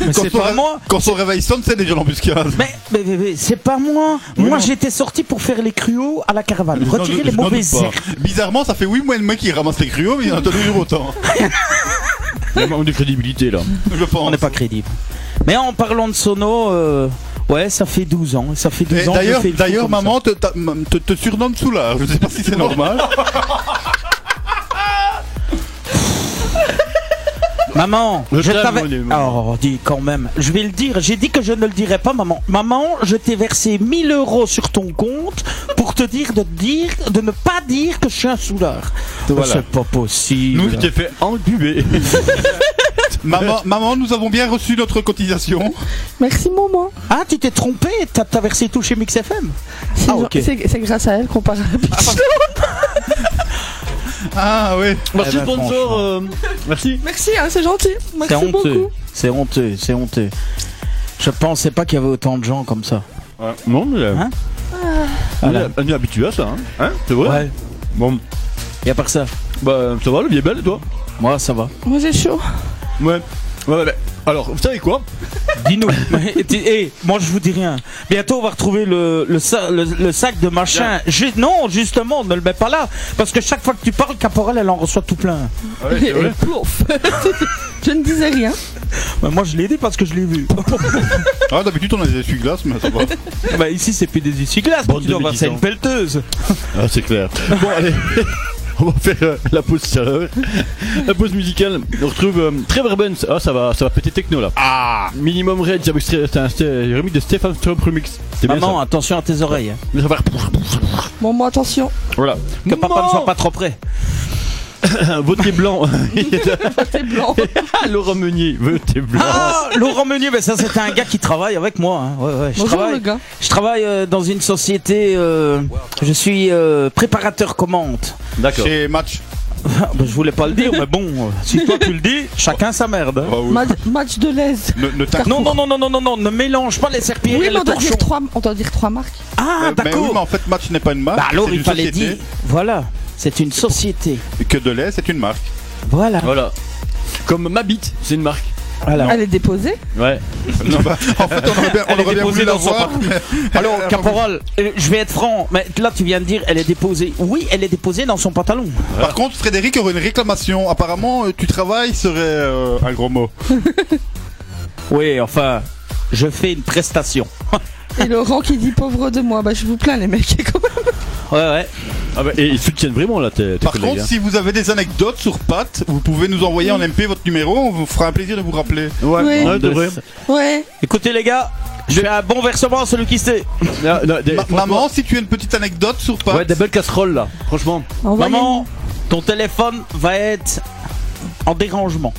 S5: Mais
S3: Quand
S5: c'est
S3: son
S5: pas
S3: ré-
S5: moi.
S3: Quand son réveil sonne, c'est déjà l'embuscade.
S5: Mais, mais, mais, mais, c'est pas moi. moi,
S3: non.
S5: j'étais sorti pour faire les cruaux à la caravane.
S3: Je n'en
S5: Retirer
S3: doute-
S5: les
S3: je n'en
S5: mauvais
S3: doute pas.
S5: airs.
S3: Bizarrement, ça fait 8 mois et demi qu'il ramasse les cruaux, mais il en a toujours autant. hein,
S2: Il manque de crédibilité là.
S3: Je pense.
S5: On n'est pas crédible. Mais en parlant de sono, euh, ouais, ça fait 12 ans. Ça fait 12
S3: Et
S5: ans. que je
S3: D'ailleurs,
S5: fais le fou
S3: d'ailleurs,
S5: comme
S3: maman te, ta- m- te, te surnomme Soulard. Je sais pas si c'est normal.
S5: *laughs* ça. Maman,
S2: Je
S5: je
S2: t'aime,
S5: t'avais.
S2: mon aimant.
S5: Oh, dis quand même. Je vais le dire. J'ai dit que je ne le dirais pas, maman. Maman, je t'ai versé 1000 euros sur ton compte pour te dire de dire de ne pas dire que je suis un soulard.
S3: Voilà.
S5: C'est pas possible.
S2: Nous, tu t'es fait enduber.
S3: maman, maman, nous avons bien reçu notre cotisation.
S4: Merci maman.
S5: Ah, tu t'es trompé. T'as t'as versé tout chez Mix FM.
S4: C'est
S5: Ah, ok.
S4: c'est- c'est grâce à elle qu'on parle à la biche.
S3: Ah oui.
S2: Merci,
S5: Eh ben,
S2: sponsor.
S5: franchement.
S2: euh, Merci.
S4: Merci, hein, c'est gentil.
S5: C'est
S4: Merci
S5: honteux.
S4: beaucoup.
S5: C'est honteux. C'est honteux. Je pensais pas qu'il y avait autant de gens comme ça.
S2: Ouais. Non, mais. euh,
S5: Hein
S2: on,
S5: Voilà.
S2: est, on est habitué à ça, hein, Hein, C'est vrai
S5: Ouais.
S2: Bon,
S5: Y a pas que ça.
S2: bah ça va, la vie est belle, toi
S5: Moi, ça va.
S4: Moi j'ai chaud.
S2: Ouais. Ouais, ouais, ouais. Alors, vous savez quoi
S5: *laughs* Dis-nous. Et tu- eh, moi, je vous dis rien. Bientôt, on va retrouver le, le, sa- le- le sac de machin. Ju- non, justement, ne le mets pas là. Parce que chaque fois que tu parles, Caporal, elle en reçoit tout plein.
S4: Et pouf. *laughs* je ne disais rien.
S5: Bah, moi, je l'ai dit parce que je l'ai vu.
S3: Ah, d'habitude, on a des essuie-glaces, mais ça va.
S5: *laughs* bah, ici, c'est plus des essuie-glaces.
S2: Bande
S5: Tu
S2: de
S5: dois avoir ça,
S2: médisants.
S5: une pelleteuse.
S2: Ah, c'est clair. Bon, allez, *laughs* on va faire euh, la pause chaleur. La pause musicale. On retrouve euh, Trevor Benz. Ah, ça va, ça va péter techno là.
S3: Ah
S2: Minimum Rage avec Stre- c'est un Stre- remix de Stefan Trump Remix. C'est Eh bien
S5: Maman,
S2: ça.
S5: attention à tes oreilles. hein.
S2: Mais ça va.
S4: Bon, moi attention.
S2: Voilà. *laughs*
S5: Que papa
S4: Maman
S5: ne soit pas trop près.
S2: Votez blanc. *laughs*
S4: T'es blanc.
S2: Ah, Laurent Meunier, votez blanc.
S5: Ah, Laurent Meunier, ben ça c'était un gars qui travaille avec moi. hein. Ouais, ouais, je
S4: Bonjour
S5: travaille,
S4: le gars.
S5: je travaille euh, dans une société. euh, je suis euh, préparateur commande.
S2: D'accord.
S3: Chez Match.
S5: Ah, ben, je voulais pas *laughs* le dire, mais bon, euh, si toi tu le dis, chacun sa merde. hein.
S3: Ah oui.
S4: Match, match de l'aise.
S3: Ne, ne t'in-
S5: Non, non, non, non, non, non, non, ne mélange pas les serpillères
S4: Oui,
S5: et
S4: mais
S5: les
S4: on doit, dire
S5: torchons.
S4: trois, on doit dire trois marques.
S5: Ah,
S3: Euh, Mais- mais oui,
S5: d'accord.
S3: mais en fait, Match n'est pas une marque.
S5: Bah, alors
S3: c'est
S5: il
S3: une
S5: fallait
S3: société,
S5: dire. Voilà, c'est une société.
S3: Que de lait, c'est une marque.
S5: *laughs* Voilà.
S2: Voilà. Comme ma bite, c'est une marque.
S5: voilà.
S4: Elle est déposée.
S2: Ouais.
S3: Non, bah, en fait, on aurait bien, on
S5: Elle est
S3: aurait bien
S5: déposée
S3: voulu
S5: dans son
S3: l'avoir.
S5: *laughs*
S3: *laughs*
S5: Alors, Caporal, euh, je vais être franc, mais là tu viens de dire, elle est déposée. Oui, elle est déposée dans son pantalon.
S3: Par contre, Frédéric aurait une réclamation. Apparemment, euh, tu travailles serait euh, un gros mot.
S5: Oui, enfin, je fais une prestation.
S2: *laughs*
S4: Et Laurent qui dit pauvre de moi. Bah, je vous plains, les mecs. *laughs*
S5: Ouais, ouais.
S2: Ah, bah, et ils soutiennent vraiment là tes, tes
S3: Par
S2: collègues.
S3: contre,
S2: hein.
S3: si vous avez des anecdotes sur Pat, vous pouvez nous envoyer en MP votre numéro. On vous fera un plaisir de vous rappeler.
S2: Ouais,
S4: Oui.
S2: hein. ouais, de vrai.
S4: Ouais.
S5: Écoutez les gars, je fais un bon versement à celui qui sait.
S2: Non, non, des-
S3: Ma- maman, si tu as une petite anecdote sur Pat.
S2: Ouais, des belles casseroles là, franchement.
S4: Envoyez-
S5: Maman, ton téléphone va être en dérangement.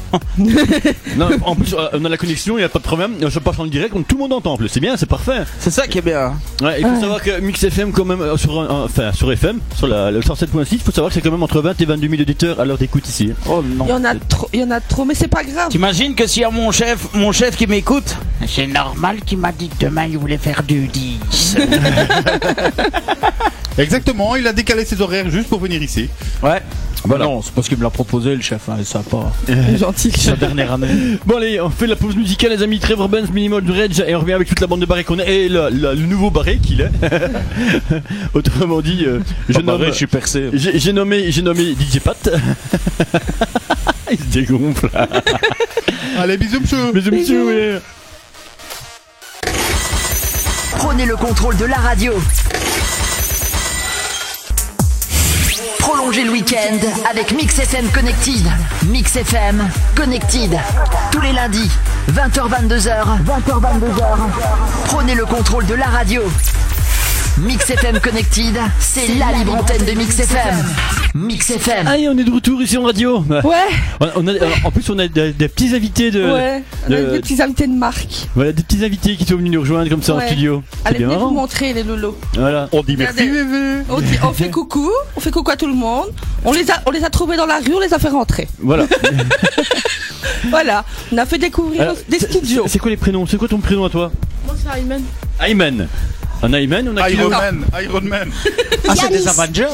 S2: Non, en plus, euh, on a la connexion, il n'y a pas de problème. Je passe en direct, donc tout le monde entend en plus. C'est bien, c'est parfait.
S5: C'est ça qui est bien. hein.
S2: Ouais, il faut
S4: Ouais.
S2: savoir que Mix FM, quand même, euh, sur, un- un- enfin, sur FM, sur la, le 107.6, il faut savoir que c'est quand même entre 20 et 22 000 auditeurs à l'heure d'écoute ici.
S5: Oh
S4: Il y
S5: non.
S4: en a trop. Il y en a trop, mais c'est pas grave.
S5: T'imagines que s'il y a mon chef, mon chef qui m'écoute C'est normal qu'il m'a dit que demain il voulait faire du 10.
S3: Exactement, il a décalé ses horaires juste pour venir ici.
S5: *laughs* ouais.
S2: Voilà.
S5: Non, c'est parce qu'il me l'a proposé le chef, hein, il est sympa.
S4: Gentil.
S5: Sa dernière année.
S2: Bon, allez, on fait la pause musicale, les amis. Trevor Benz, Minimal Rage, et on revient avec toute la bande de barré qu'on a, et le, le- le nouveau barré qu'il est. *laughs* Autrement dit, euh, je nomme-
S5: suis percé.
S2: j'ai j'ai nommé, j'ai nommé DJ Pat. *laughs* il se dégonfle.
S3: Allez, bisous, monsieur.
S2: Mais je me suis ouais.
S1: Prenez le contrôle de la radio. Prolongez le week-end avec Mix FM Connected. Mix FM Connected. Tous les lundis, 20h22h. 20h22h. Prenez le contrôle de la radio. Mix FM Connected, c'est la libre antenne de Mix FM. Mix FM.
S2: Allez, on est de retour ici en radio.
S4: Ouais.
S2: On- on a- en plus, on a des, des petits invités de.
S4: Ouais.
S2: Euh, de-
S4: Des petits invités de marque.
S2: Voilà, des petits invités qui sont venus nous rejoindre comme ça en
S4: Ouais.
S2: studio. C'est
S4: Allez,
S2: bien
S4: venez vous
S2: marrant.
S4: montrer les lolos.
S2: Voilà.
S3: On dit merci.
S4: Regardez. On, dit- on fait coucou, on fait coucou à tout le monde. On les a, on les a trouvés dans la rue, on les a fait rentrer. *laughs*
S2: Voilà.
S4: Voilà, on a fait découvrir
S2: Alors,
S4: des studios.
S2: C'est quoi les prénoms C'est quoi ton prénom à toi
S6: Moi c'est Iron Man.
S2: Ayman. On a Ayman, on a qui
S3: Iron
S2: d'autre
S3: Man, Iron Man.
S5: Ah, c'est
S6: Yanis.
S5: des Avengers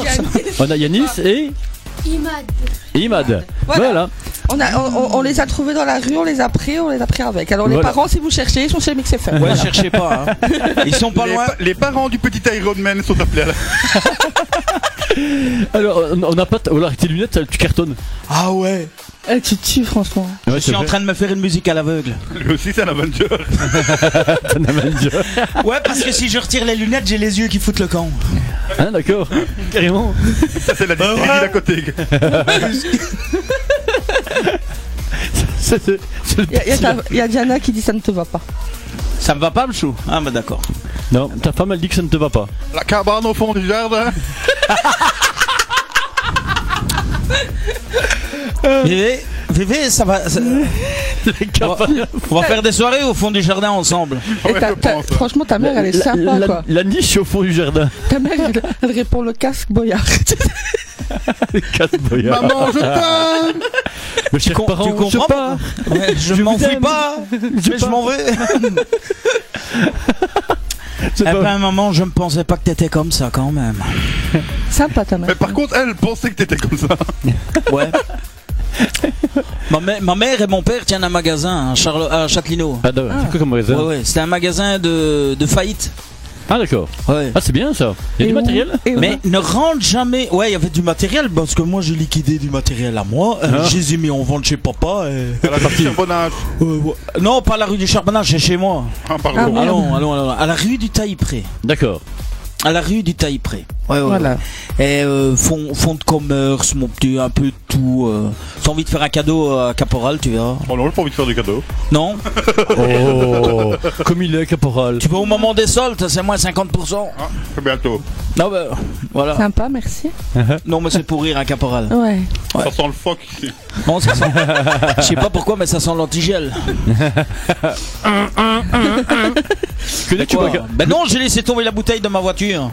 S2: On a Yanis et
S6: Imad.
S2: Imad. Voilà.
S4: Voilà. On, a, on, on- on les a trouvés dans la rue, on les a pris, on les a pris avec. Alors les
S2: Voilà.
S4: parents, si vous cherchez, ils sont chez MixFM.
S5: Ouais, cherchez pas. *laughs* hein. Ils sont pas
S3: les,
S5: loin.
S3: pa- les parents du petit Iron Man sont appelés à la. *laughs*
S2: Alors, on on a pas. t- Voilà, tes lunettes, ça, tu cartonnes.
S5: Ah ouais.
S4: Eh, tu te tues, franchement.
S5: Je suis en train de me faire une musique à l'aveugle.
S3: Lui aussi, c'est un Avenger.
S5: Ouais, parce que si je retire les lunettes, j'ai les yeux qui foutent le camp.
S2: *laughs* Hein, d'accord. Carrément.
S3: Ça, c'est la distillerie d'à côté.
S2: C'est- c'est- c'est le
S4: Il y, a- y a
S2: petit-
S4: ta- y a Diana qui dit ça ne te va pas.
S5: Ça me va pas, Mchou Ah, bah d'accord.
S2: Non, ta femme, elle dit que ça ne te va pas.
S3: La cabane au fond du jardin.
S5: Vévé, Vévé, ça va. *laughs* ça- on, va on va faire des soirées au fond du jardin ensemble.
S4: Et
S3: Ah Ouais,
S4: ta-
S3: je
S4: ta-
S3: pense.
S4: franchement, ta mère, elle est
S2: La-
S4: sympa,
S2: la-
S4: quoi.
S2: la niche au fond du jardin. *laughs*
S4: Ta mère, elle, elle répond le casque
S5: *laughs*
S4: boyard.
S2: Casse boyard.
S3: Maman, je t'aime.
S2: Mes chers
S5: com-
S2: parents,
S5: tu
S2: je
S5: comprends
S2: pars.
S5: Ouais, je m'enfuis
S2: aime.
S5: *laughs* pas, mais je
S2: pars.
S5: m'en vais.
S2: C'est
S5: Eh
S2: pas-
S5: ben, un moment, je ne pensais pas que t'étais comme ça quand même.
S4: Sympa quand même.
S3: Mais par contre, elle pensait que t'étais comme ça.
S5: Ouais. *laughs* ma, mè- ma mère et mon père tiennent un magasin à, Charlo- à Châtelineau.
S2: Ah, d'accord. c'est quoi comme
S5: Ouais,
S2: réserve
S5: ouais, c'était un magasin de, de faillite.
S2: Ah, d'accord.
S5: Ouais.
S2: Ah, c'est bien ça. Il y a
S4: Et
S2: du
S4: où-
S2: matériel
S4: et où-
S5: Mais ne rentre jamais. Ouais, il y avait du matériel parce que moi j'ai liquidé du matériel à moi. Euh,
S2: Ah.
S5: Je les ai mis en vente chez papa. et-
S3: Elle a parti un bonheur.
S5: Euh, ouais. Non, pas la rue du Charbonnage, c'est chez moi.
S3: Ah,
S4: Ah,
S3: pardon.
S4: merde.
S5: Allons, allons, allons. À la rue du Taillepré.
S2: D'accord.
S5: À la rue du Taillepré. Ouais, ouais,
S4: Voilà.
S5: Et euh, fond, fond de commerce, mon petit, un peu de tout. euh. T'as envie de faire un cadeau euh, à Caporal, tu verras.
S3: On n'a pas envie de faire de cadeau.
S5: Non
S2: Oh, comme il est, caporal.
S5: Tu vas au moment des soldes, c'est moins 50%.
S3: Ah, très bientôt.
S5: Non, bah, voilà.
S4: Sympa, merci.
S5: Non, mais c'est pour rire, un caporal. *laughs*
S4: Ouais.
S5: Ouais.
S3: Ça sent le phoque.
S5: Non, ça sent. Je sais pas pourquoi, mais ça sent l'antigel.
S2: Que dis-tu,
S5: Quoi
S2: Chewbacca
S5: Ben non, j'ai laissé tomber la bouteille de ma voiture.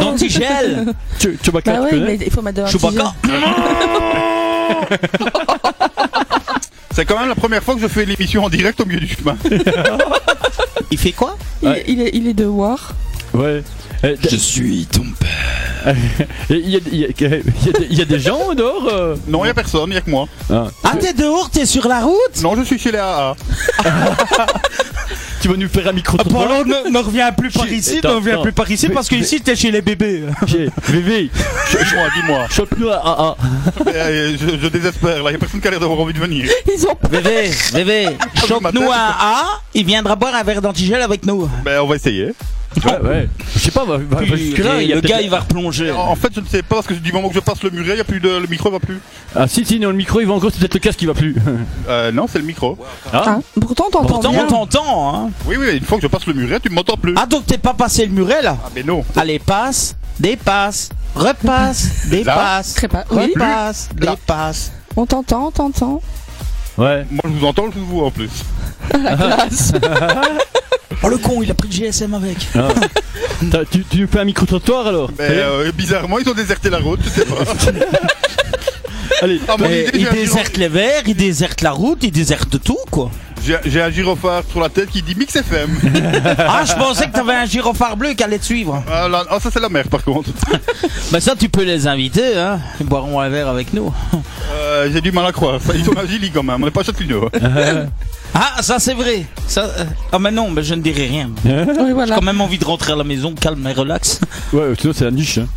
S5: D'antigel
S2: Tu- Chewbacca,
S4: Bah
S2: tu
S4: ouais, mais
S2: connais
S4: il faut mettre de
S5: Chewbacca
S3: C'est quand même la première fois que je fais l'émission en direct au milieu du chemin.
S5: Il fait quoi
S4: Il,
S2: Ouais.
S4: il est, il est de War. *laughs*
S2: Ouais. Eh, t'as-
S5: suis ton père.
S2: Et Il y, a- il y a- il y a des- il y a des gens dehors euh
S3: Non, il a personne, il a que moi.
S5: Ah, t'es dehors, t'es sur la route
S3: Non, je suis chez les AA.
S2: Tu vas nous faire un micro trottoir
S5: Apollo ne, ne revient plus par
S2: Chi-
S5: ici, ne
S2: attends,
S5: revient
S2: attends.
S5: plus par ici
S2: Mais-
S5: parce que ici t'es chez les bébés.
S2: Bébé,
S3: Dis-moi, dis-moi.
S2: chope-nous à AA.
S3: Eh, Je, je désespère, là, il a personne qui a l'air d'avoir envie de venir.
S4: Ils ont
S5: Bébé, bébé, chope-nous un A, il viendra boire un verre d'antigel avec nous.
S3: Ben, on va essayer.
S2: Ouais, ouais. Je sais pas, va, va- va jusque-là. il y a
S5: le
S2: peut-être-
S5: gars il va replonger.
S3: En en fait, je ne sais pas parce que du moment que je passe le muret, il y a plus de, le micro va plus.
S2: Ah si, si, non, le micro il va encore, c'est peut-être le casque qui va plus.
S3: Euh, non, c'est le micro.
S2: Ah,
S4: hein. Pourtant, t'entends
S5: Pourtant
S4: bien.
S5: on t'entend. Hein.
S3: Oui, oui, une fois que je passe le muret, tu ne m'entends plus.
S5: Ah donc t'es pas passé le muret là
S3: Ah, mais non.
S5: Allez passe, dépasse, repasse, dépasse,
S4: Très pas. Oui.
S5: repasse,
S3: Là.
S5: dépasse.
S4: On t'entend, on t'entend.
S5: Ah.
S2: ouais.
S3: Moi, je vous entends, je vous vois en plus.
S5: Oh le con, il a pris le GSM avec.
S2: Ah. T'as- tu, tu nous fais un micro trottoir alors
S3: Mais
S2: Allez,
S3: euh, bizarrement, ils ont déserté la route, je sais pas.
S2: Allez,
S3: Ah, mon
S5: Mais
S3: idée,
S5: il
S3: j'ai un gyro-
S5: déserte les verres, il déserte la route, il déserte tout quoi. *laughs*
S3: J'ai j'ai un gyrophare sur la tête qui dit Mix FM.
S5: Ah je pensais que t'avais un gyrophare bleu qui allait te *laughs* suivre.
S3: ah, là- ah, ça, c'est la mer par contre.
S5: Bah ça tu peux les inviter, hein. Ils boiront un verre avec nous.
S3: Euh, J'ai du mal à croire. Ils
S2: *laughs*
S3: sont agilis quand même, on n'est pas châtelineau.
S2: Hein
S5: Ah, ça c'est vrai. Ça, euh, Ah, mais non, mais je ne dirai rien.
S4: Oui, voilà.
S5: Quand même envie de rentrer à la maison, calme et relax. *laughs*
S2: ouais, sinon c'est la niche. hein.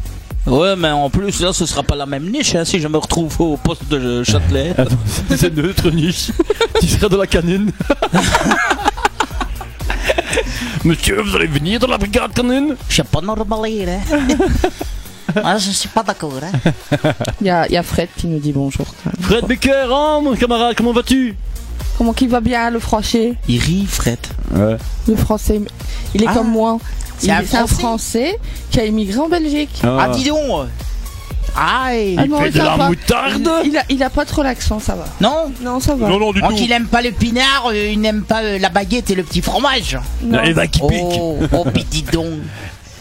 S5: Ouais, mais en plus, là, ce sera pas la même niche hein, si je me retrouve au poste de Châtelet.
S2: Attends, *laughs* c'est- c'est notre *laughs* niche. tu seras dans la canine. *laughs* Monsieur, vous allez venir dans la brigade canine
S5: Je suis pas normal, hein. Ah, je suis pas d'accord, hein.
S4: Il y a, il y a Fred qui nous dit bonjour. quand même.
S2: Fred Becker, hein, mon camarade, comment vas-tu
S4: Comment qu'il va bien, le français
S5: Il rit, Fred.
S2: Ouais.
S4: Le français. Il est
S5: Ah.
S4: comme moi.
S5: C'est
S4: Il
S5: un
S4: est- C'est un
S5: Français
S4: français qui a immigré en Belgique.
S5: Ah, dis donc. Aïe.
S4: Ah non,
S2: fait de
S4: ça
S2: la
S4: va.
S2: moutarde
S4: il, il a, il a pas trop l'accent, ça va.
S5: Non
S4: Non, ça va.
S3: Non, non, du
S2: Ah.
S5: Quand
S3: tout.
S5: il aime pas le pinard, euh, il n'aime pas euh, la baguette et le petit fromage.
S4: Non.
S2: Eh ben, qui pique
S5: Oh, oh, puis dis *laughs* donc.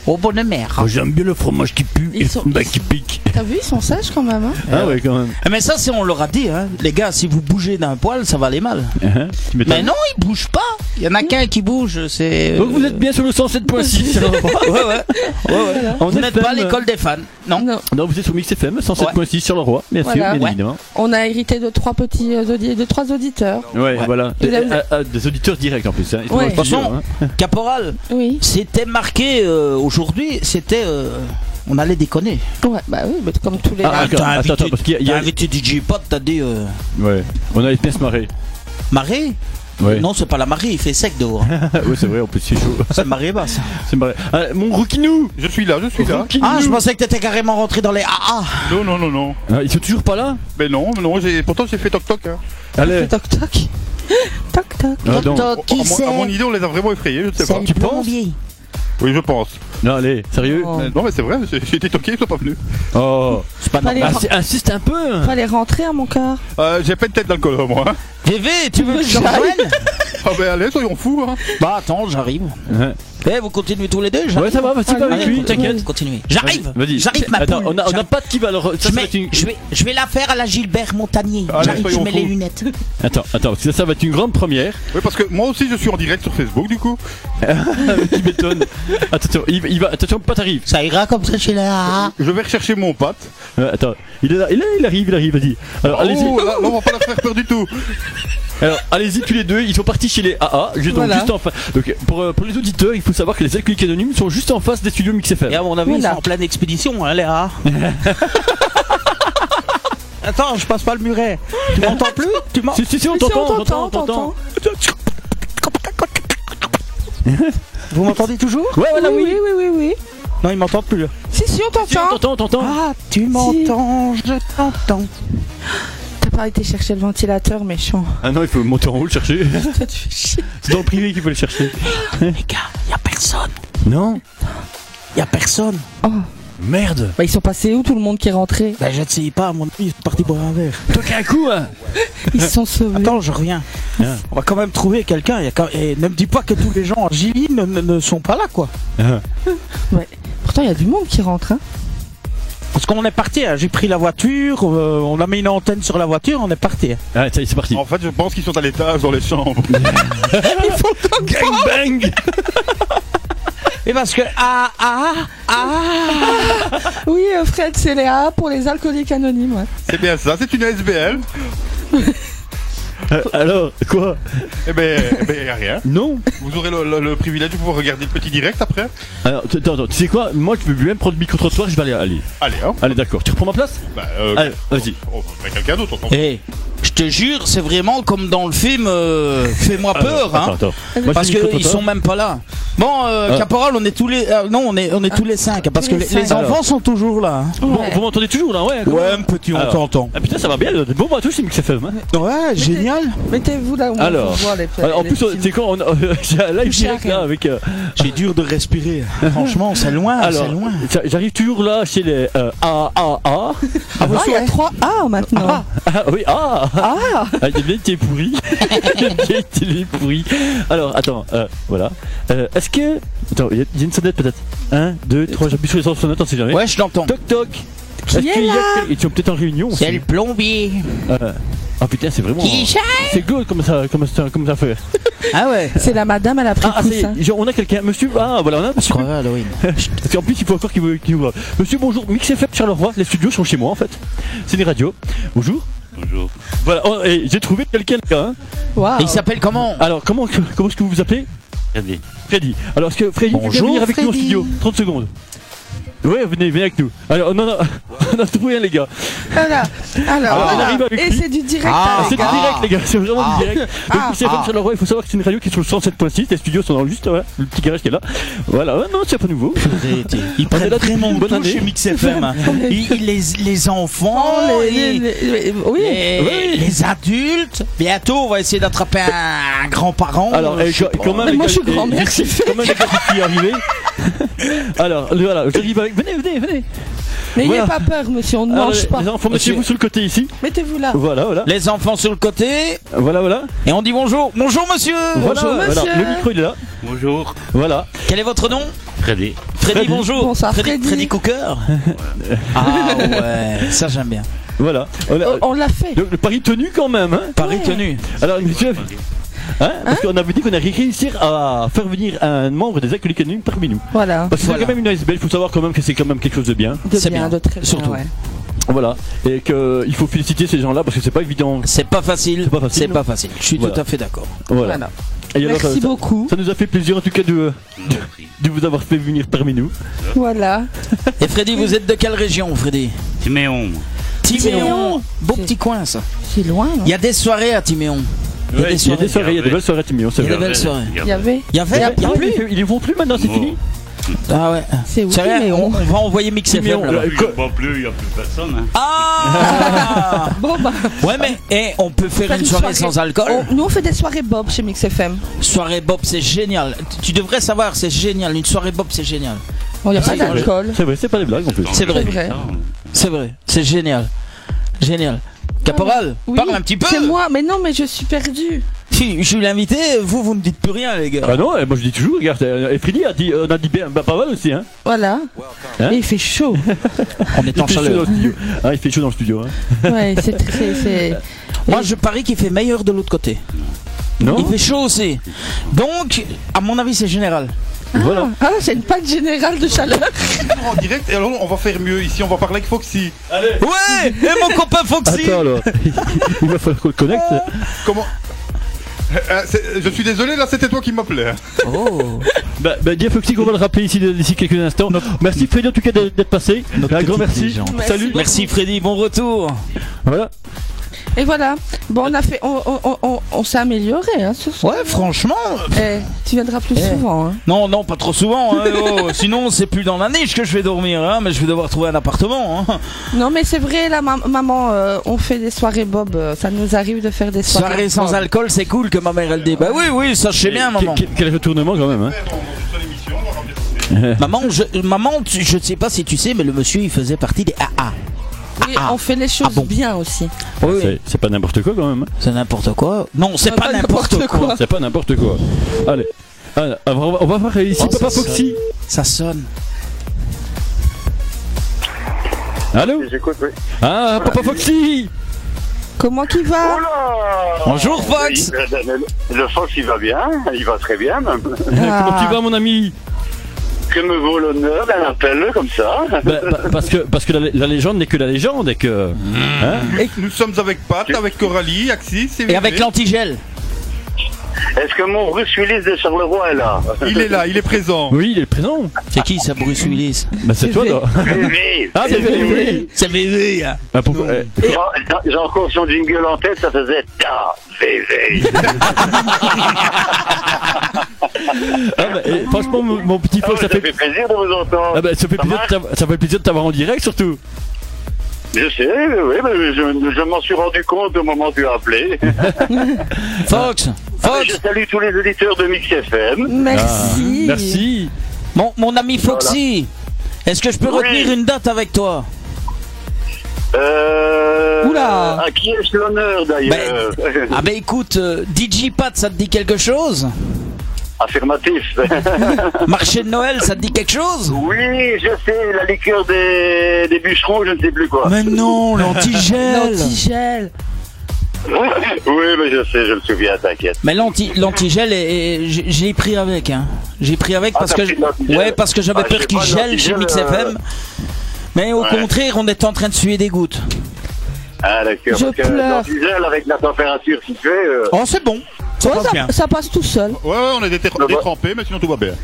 S5: Oh, bonne mère.
S2: Oh, J'aime bien le fromage qui pue et
S4: Ils sont-
S2: le mec qui pique.
S4: T'as vu, ils sont sages quand même. hein.
S2: Ah ouais, quand même.
S5: Ah, Mais ça, c'est on leur a dit, hein. Les gars, si vous bougez d'un poil, ça va aller mal.
S2: Tu
S5: Mais
S2: m'étonnes.
S5: non, il bouge pas. Il y en a qu'un qui bouge, c'est.
S2: Donc vous êtes bien sur le
S5: *laughs*
S2: 107.6. alors.
S5: Ouais, ouais. ouais, ouais.
S2: On
S5: Vous
S2: est
S5: n'êtes
S2: fan,
S5: pas à l'école des fans. Non.
S4: Non.
S2: Non, vous êtes sur Mix FM, 107.6 sur le roi, bien sûr,
S4: Voilà.
S2: bien
S5: Ouais.
S2: évidemment.
S4: On a hérité de trois petits euh, audi- de trois auditeurs.
S2: Ouais, voilà.
S4: Et là,
S2: Des,
S4: vous-
S2: ah, ah, des auditeurs directs en plus. Hein. Ils sont
S4: Ouais.
S2: dans le studio,
S5: Attention.
S2: hein.
S5: Caporal,
S4: Oui.
S5: c'était marqué euh, aujourd'hui, c'était. euh, on allait déconner.
S4: Ouais, bah oui, mais comme tous les.
S2: Ah,
S5: Ah,
S2: d'accord.
S5: t'as
S2: Attends,
S5: invité-
S2: attends, parce qu'il y a- il y a-
S5: T'as invité DJ Pot, t'as dit. Euh,
S2: hein. Ouais. On allait bien se *laughs* marrer.
S5: marée
S2: Ouais.
S5: Non, c'est pas la marée, il fait sec dehors.
S2: ouais, c'est vrai, en plus, *laughs* c'est *laughs* chaud.
S5: c'est marée basse.
S2: c'est marré. Ah, mon Roukinou
S3: Je suis là, je suis là.
S2: Roukinou
S5: Ah, je pensais que t'étais carrément rentré dans les AA.
S3: Non, non, non, non.
S2: Ah, Ils sont toujours pas là
S3: Mais non, mais non, j'ai- pourtant j'ai fait toc-toc. hein.
S5: Ah,
S2: Allez.
S4: Toc toc. *laughs* Toc toc.
S2: Ah, donc.
S5: Toc,
S3: À
S5: qui
S3: mon- à mon
S5: c'est
S3: idée, on les a vraiment effrayés, je sais pas.
S5: C'est le
S2: Tu penses
S5: plombier.
S3: Oui, je pense.
S2: Non, allez, sérieux
S4: Oh.
S3: Euh, Non, mais c'est vrai, j'ai j'ai été toqué, ils sont pas venus.
S2: Oh.
S5: C'est pas
S4: Allez.
S5: normal.
S2: Insi- Insiste un peu
S4: Faut aller rentrer à mon cœur.
S3: Euh, j'ai pas de tête d'alcool, hein, moi. hein.
S5: VV, tu veux que je te
S4: J'arrive.
S2: *laughs*
S5: rejoigne
S3: Ah, ben allez, soyons fous. Hein.
S5: Bah attends, j'arrive.
S2: Ouais.
S5: Eh, vous continuez tous les deux
S2: Ouais, ça va, vas-y,
S4: Ah,
S2: pas
S4: non,
S2: avec lui,
S4: non,
S2: t'inquiète.
S5: Continuez. J'arrive.
S2: Vas-y.
S5: J'arrive, ma
S2: Attends,
S5: poule.
S2: on a, on a
S5: J'arrive.
S2: pas de qui va alors. Ça,
S5: Je,
S2: ça va
S5: mets-
S2: être une...
S5: je vais, je vais la faire à la Gilbert Montagnier.
S3: Ah,
S5: J'arrive,
S3: soyons
S5: je mets les
S3: fous.
S5: lunettes.
S2: Attends, attends, parce que ça, ça va être une grande première.
S3: Oui, parce que moi aussi je suis en direct sur Facebook du coup.
S2: tu m'étonnes. Attention, il, il va. Attention, pas t'arrive.
S5: Ça ira comme ça chez
S2: Ah.
S5: la.
S3: Je vais rechercher mon pote.
S2: Euh, attends, il est là, il, est là, il arrive, il arrive, vas-y. Alors, allez-y.
S3: Oh, là, là, on va pas la faire peur du tout.
S2: Alors, allez-y tous les deux, ils sont partis chez les AA, juste, donc juste en face. Donc, pour, euh, pour les auditeurs, il faut savoir que les alcooliques anonymes sont juste en face des studios Mix FM.
S5: Et à mon avis,
S4: Voilà.
S5: ils sont en pleine expédition, hein, les rats. *laughs* Attends, je passe pas le muret. Tu m'entends plus Tu m'entends
S2: Si, si, si, on
S4: Si,
S2: t'entend,
S4: on
S2: on t'entend, on
S4: t'entend,
S2: t'entend.
S5: Vous m'entendez toujours
S2: Ouais, voilà, oui.
S4: oui, oui, oui, oui.
S5: Non, ils m'entendent plus.
S4: Si, si, on
S2: Si, on
S4: t'entend.
S2: t'entend, on t'entend.
S5: Ah, tu m'entends, je t'entends.
S4: T'as pas été chercher le ventilateur, *laughs* méchant.
S2: Ah non, il faut monter en haut le chercher.
S4: Putain, tu fais chier.
S2: *laughs* C'est dans le privé qu'il faut le chercher.
S5: Les gars, y a personne.
S2: Non
S5: Y a personne.
S4: Oh.
S2: Merde
S4: Bah, ils sont passés où tout le monde qui est rentré
S5: Bah, je ne sais pas, mon ami, ils sont partis boire un verre.
S2: Toque un coup, hein *laughs*
S4: Ils se sont sauvés.
S5: Attends, je reviens.
S2: Ah.
S5: On va quand même trouver quelqu'un. y a quand- Et ne me dis pas que tous les gens en Gilly ne, ne- ne sont pas là, quoi.
S2: Ah.
S4: Pourtant, il y a du monde qui rentre. Hein.
S5: Parce qu'on est parti. hein. J'ai pris la voiture, euh, on a mis une antenne sur la voiture, on est parti. hein.
S2: Ah, ça y est, c'est parti.
S3: En fait, je pense qu'ils sont à l'étage dans les chambres.
S2: Oh, Gang bang
S5: Et parce que ah ah ah.
S4: Oui, euh, Fred, c'est Léa pour les alcooliques anonymes. ouais.
S3: C'est bien ça, c'est une ASBL.
S2: Euh, Alors, quoi
S3: Eh ben, eh ben, y a rien.
S2: Non
S3: Vous aurez le, le- le privilège de pouvoir regarder le petit direct après.
S2: Alors, t- attends, attends, tu sais quoi Moi, je peux même prendre le micro-trottoir, je vais aller. Allez,
S3: Allez, hein.
S2: allez d'accord. Tu reprends ma place
S3: Bah, euh,
S2: Allez, vas-y.
S3: on va trouver quelqu'un d'autre. on s'en fout.
S5: Eh, je te jure, c'est vraiment comme dans le film euh, Fais-moi peur,
S2: Attends,
S5: hein.
S2: attends.
S4: Ah
S2: Moi,
S5: Parce
S2: je fais le
S5: qu'ils
S2: micro-trottoir.
S5: sont même pas là. Bon, euh,
S2: Ah.
S5: Caporal, on est tous les euh, non, on est on est tous les cinq hein, parce
S4: Tous
S5: que
S4: les
S5: les, les
S4: cinq.
S5: enfants sont toujours là. hein.
S2: Bon,
S4: Ouais.
S2: Vous m'entendez toujours là, ouais comment-
S5: Ouais, petit, on
S2: Alors.
S5: t'entend.
S2: Ah putain, ça va bien, bon bateau chez Mix FM. hein.
S5: Ouais, génial.
S4: Mettez-vous là où
S2: Alors,
S4: on peut voir les
S2: Alors, en
S4: les
S2: plus, on-
S4: petits-
S2: c'est quand on euh, *laughs* j'ai un live
S4: Touché à
S2: direct
S4: rien.
S2: là avec. euh,
S5: J'ai dur de *laughs* respirer. Franchement, c'est loin, Ah, c'est
S2: alors,
S5: loin.
S2: j'a- j'arrive toujours là chez les euh, A A A.
S4: Ah, il y a trois A maintenant.
S2: Ah oui, ah
S4: Ah
S2: Ah, il y a bien été
S4: *laughs*
S2: pourri. Il y a bien été pourri. Alors, attends, euh, voilà. Euh, Est-ce que. Attends, il y, a- il y a une sonnette peut-être 1, 2, 3, j'appuie sur les sonnettes, on sait jamais.
S5: Ouais, je l'entends.
S2: Eh. Toc toc
S4: Qui est
S2: qu'il y a-
S4: là
S2: Ils sont peut-être en réunion.
S5: C'est
S2: aussi.
S5: le plombier.
S2: Euh, Ah putain, c'est vraiment. C'est good comme ça, comme ça, comme ça fait.
S5: Ah *laughs* ouais.
S4: C'est la madame, elle a pris
S2: Ah, ah,
S4: le
S2: ça y est,
S4: coussin.
S2: genre, on a quelqu'un, monsieur. Ah, voilà, on a un
S5: Je
S2: monsieur.
S5: crois à Halloween.
S2: Parce qu'en plus, il faut encore qu'il vous- qu'il vous voit. Monsieur, bonjour. Mix FM, Charleroi. Les studios sont chez moi, en fait. C'est des radios. Bonjour.
S3: Bonjour.
S2: Voilà. oh, et j'ai trouvé quelqu'un. là, hein.
S4: Waouh.
S5: Et il s'appelle comment
S2: Alors, comment, comment est-ce que vous vous appelez
S3: Freddy.
S2: Freddy. Alors, est-ce que Freddy, tu viens
S5: Bonjour,
S2: venir avec nous en
S5: Freddy.
S2: studio 30 secondes. Ouais, venez, venez avec nous. Alors, non, *laughs* non, on a trouvé un, les gars.
S4: Voilà. Alors,
S2: Ah, on
S4: voilà.
S2: arrive avec
S4: Et
S2: lui.
S4: c'est du direct.
S5: Ah,
S4: avec
S2: c'est du
S4: un-
S2: direct, les gars, c'est vraiment
S5: Ah.
S2: du direct. Donc,
S4: Ah.
S2: c'est FM Charleroi, il faut savoir que c'est une radio qui est sur le 107.6. Les studios sont dans juste voilà, le petit garage qui est là. Voilà, ouais, non, c'est pas nouveau.
S5: Ils
S2: prennent vraiment
S5: une
S2: bonne
S5: bonne
S2: année.
S5: chez Mix
S2: *laughs*
S5: FM. hein. Ils- ils- les, les enfants,
S4: Oh, les- les-
S5: les,
S4: les- oui.
S5: les-
S2: Oui.
S5: les adultes. Bientôt, on va essayer d'attraper un grand-parent.
S2: Alors,
S5: euh,
S2: eh,
S5: je sais
S2: quand,
S5: pas.
S2: quand même,
S4: Mais moi,
S2: les
S4: je suis
S2: gars, eh, *laughs*
S4: grand-mère,
S2: je-
S4: c'est
S2: quand même, les gars, je suis arrivé. Alors, le- voilà, j'arrive avec. Venez, venez, venez.
S4: Mais
S2: Voilà.
S4: n'ayez pas peur, monsieur, on ne
S2: Alors,
S4: mange
S2: les-
S4: pas.
S2: les enfants, mettez-vous
S5: Monsieur-
S2: sur le côté ici.
S4: Mettez-vous là.
S2: Voilà, voilà.
S5: Les enfants sur le côté.
S2: Voilà, voilà.
S5: Et on dit bonjour. Bonjour, monsieur.
S2: Voilà, voilà.
S4: monsieur.
S2: Le micro, il est là.
S6: Bonjour,
S2: Voilà.
S5: Quel est votre nom
S6: Freddy.
S5: Freddy,
S2: Freddy.
S5: bonjour.
S4: Bonsoir,
S2: *laughs*
S4: Freddy.
S5: Cooker. ah ouais, ça j'aime bien.
S2: Voilà. On a-
S5: Oh,
S4: On- On l'a fait.
S2: Donc, le pari tenu quand même. Hein
S5: Paris tenu.
S2: Alors, monsieur. Hein Parce qu'on avait dit qu'on allait réussir à faire venir un membre des alcooliques anonymes parmi nous.
S4: Voilà.
S2: Parce que
S5: Voilà.
S2: c'est quand même une ASBL, il faut savoir quand même que Ah, c'est quand même quelque chose de bien.
S4: De
S5: C'est
S4: bien,
S5: bien.
S4: de très bien.
S5: Surtout.
S4: ouais.
S2: Voilà. Et qu'il faut féliciter ces gens-là parce que c'est pas évident.
S5: C'est pas facile.
S2: C'est pas facile.
S5: C'est pas facile. Je suis
S2: Voilà.
S5: tout à fait d'accord.
S2: Voilà.
S4: Voilà.
S2: Et alors,
S4: Merci
S2: euh, ça-
S4: beaucoup.
S2: ça nous a fait plaisir en tout cas de, euh,
S6: Merci.
S2: de vous avoir fait venir parmi nous.
S4: Voilà.
S5: Et Freddy, vous êtes de quelle région, Freddy
S6: Timéon.
S5: Timéon.
S4: Timéon.
S5: Beau
S4: C'est-
S5: petit coin ça.
S4: C'est loin, hein. non
S5: Il y a des soirées à Timéon. Il y a des
S2: Il y a des
S5: soirées.
S2: soirées, il y a des belles soirées, Timmy, on sait
S5: Il y
S2: bien.
S5: a
S2: Ah,
S5: des belles soirées.
S4: Il y avait.
S5: Il y avait, il y a plus.
S2: Ils les font plus maintenant, c'est fini
S5: Ah ouais.
S4: C'est où
S5: C'est vrai, on, on
S4: Timéon
S5: va envoyer Mix
S2: Timéon,
S5: FM là-bas.
S2: là.
S6: Il n'y a pas plus, il n'y a plus personne. hein.
S2: *laughs*
S5: Ah
S4: Bon, bah,
S5: Ouais mais eh, on peut faire
S4: Faire
S5: une
S4: une
S5: soirée
S4: soirée. Oh.
S5: sans alcool.
S4: on- nous on fait des soirées Bob chez Mix FM.
S5: Soirée Bob c'est génial. Tu- Tu devrais savoir c'est génial. Une soirée Bob c'est génial.
S4: Il n'y a
S5: Ah,
S4: pas
S5: c'est vrai.
S4: d'alcool.
S2: C'est vrai, c'est pas des blagues en plus.
S5: C'est vrai. Ah.
S6: Donc,
S4: vrai.
S6: ça, on-
S5: C'est vrai. C'est génial. Génial. Caporal,
S4: Ah, Oui.
S5: parle un petit peu.
S4: C'est moi, mais non, mais je suis perdue.
S5: Si je suis l'invité, vous, vous ne dites plus rien, les gars.
S2: Ah non, eh, moi je dis toujours, regarde, euh, et Freddy a dit, euh, on a dit bien, bah, pas mal aussi, hein.
S4: Voilà.
S2: Hein
S4: Mais il fait chaud.
S5: On est en
S2: il fait chaud dans
S5: chaleur.
S2: le studio. Ah, il fait chaud dans le studio, hein.
S4: Ouais, c'est- c'est- c'est-
S5: Moi, je parie qu'il fait meilleur de l'autre côté.
S2: Non
S5: Il fait chaud aussi. Donc, à mon avis, c'est général.
S2: Voilà.
S4: Ah, j'ai une panne générale de chaleur.
S3: Toujours en direct, et alors on va faire mieux ici, on va parler avec Foxy.
S5: Ouais Et mon copain Foxy
S2: Attends alors, *laughs* il va falloir qu'on le connecte.
S5: Ah.
S3: Comment Euh, c'est- Je suis désolé, là c'était toi qui m'appelais. hein.
S5: Oh
S2: Bah, bah dis à Foxy qu'on va le rappeler ici d'ici quelques instants. Merci Freddy en tout cas d'être d'être passé.
S5: Notre
S2: Un grand
S5: petite
S2: merci.
S5: légende.
S2: Salut.
S5: Merci Freddy, bon retour.
S2: Voilà.
S4: Et voilà. Bon, on a fait, on, on- on- on- on s'est amélioré hein, sur ce.
S5: Ouais, franchement.
S4: Eh, tu viendras plus
S5: Eh.
S4: souvent. hein.
S5: Non, non, pas trop souvent. hein, *laughs* oh. Sinon, c'est plus dans la niche que je vais dormir. hein, mais je vais devoir trouver un appartement. Hein.
S4: Non, mais c'est vrai, là, ma- maman, euh, on fait des soirées Bob. euh, ça nous arrive de faire des soirées.
S5: Soirée sans
S4: Bob.
S5: alcool, c'est cool que ma mère elle dit. Bah oui, oui, ça je sais bien, maman.
S2: Quel, quel retournement quand même. Hein.
S5: Maman, je, maman, tu- je ne sais pas si tu sais, mais le monsieur il faisait partie des AA.
S4: Oui,
S5: Ah,
S4: on fait les choses
S5: ah bon.
S4: bien aussi.
S5: Oui,
S2: C'est- C'est pas n'importe quoi quand même. hein.
S5: c'est n'importe quoi. Non, c'est
S4: Ah,
S5: pas n'importe quoi.
S2: C'est pas n'importe quoi. Allez. Alors, on va- on va voir ici
S5: Oh,
S2: Papa
S5: ça
S2: Foxy.
S5: Ça sonne.
S2: Allô
S7: J'écoute, oui.
S2: Ah, Papa Foxy
S4: Comment qu'il va
S5: Bonjour Fox.
S7: Oui, le- le, le Fox, il va bien, il va très bien même.
S2: Comment
S4: Ah.
S2: tu vas mon ami
S7: Que me vaut l'honneur d'un appel comme ça
S2: Bah, bah, Parce que, parce que la, la légende n'est que la légende et que... hein
S3: Nous sommes avec Pat, avec Coralie, Axis et,
S5: Et avec l'antigel.
S7: Est-ce que mon Bruce Willis de Charleroi est là
S3: Il est là, il est présent.
S2: oui, il est présent.
S5: C'est qui ça, Bruce Willis
S2: Bah c'est toi,
S4: vrai.
S2: là.
S7: *laughs* Oui,
S2: Ah, c'est
S7: oui, oui.
S2: vrai.
S5: C'est VV. hein.
S2: Ah, pourquoi- eh,
S7: J'ai- J'ai encore son jingle en tête, ça faisait ta bébé.
S2: ah, bah, eh, franchement, mon, mon petit
S7: Ah ouais,
S2: Fox, ça
S7: ça fait
S2: fait...
S7: plaisir de vous entendre.
S2: Ah bah, ça fait plaisir de
S7: marche
S2: t'avoir- ça fait plaisir de t'avoir en direct surtout.
S7: Je sais, oui, mais je, je m'en suis rendu compte au moment où tu as appelé.
S5: Fox.
S7: Je
S5: Fox.
S7: salue tous les auditeurs de Mix FM.
S4: Merci.
S5: Ah.
S2: Merci.
S5: Mon, mon ami Foxy. Est-ce que je peux
S7: Oui.
S5: retenir une date avec toi
S7: Euh,
S4: Oula.
S7: À qui est-ce l'honneur d'ailleurs
S5: Ah bah écoute, euh, DJ Pat, ça te dit quelque chose
S7: Affirmatif. *laughs*
S5: Marché de Noël, ça te dit quelque chose
S7: Oui, je sais, la liqueur des, des bûcherons, je ne sais plus quoi.
S5: Mais non, l'antigel.
S4: L'antigel.
S7: *laughs* oui, mais je sais, je me souviens, t'inquiète.
S5: Mais l'anti- l'antigel, est- est- j'ai- j'ai pris avec. Hein. J'ai pris avec
S7: Ah,
S5: parce que
S7: t'as pris
S5: je-
S7: de l'antigel.
S5: ouais parce que j'avais
S7: Ah, je
S5: peur
S7: sais
S5: qu'il
S7: pas,
S5: gèle chez
S7: l'antigel,
S5: Mix
S7: euh,
S5: FM. Mais au
S7: ouais.
S5: contraire, on était en train de suer des gouttes.
S7: Ah, d'accord.
S4: Je
S7: parce que
S4: pleure.
S7: dans du gel, avec la température qui fait, euh,
S5: Oh, c'est bon. Ça
S4: Oh,
S5: passe bien.
S4: ça, ça passe tout seul.
S3: Ouais, ouais, on est déter-
S7: bah.
S3: détrempés, mais sinon tout va bien.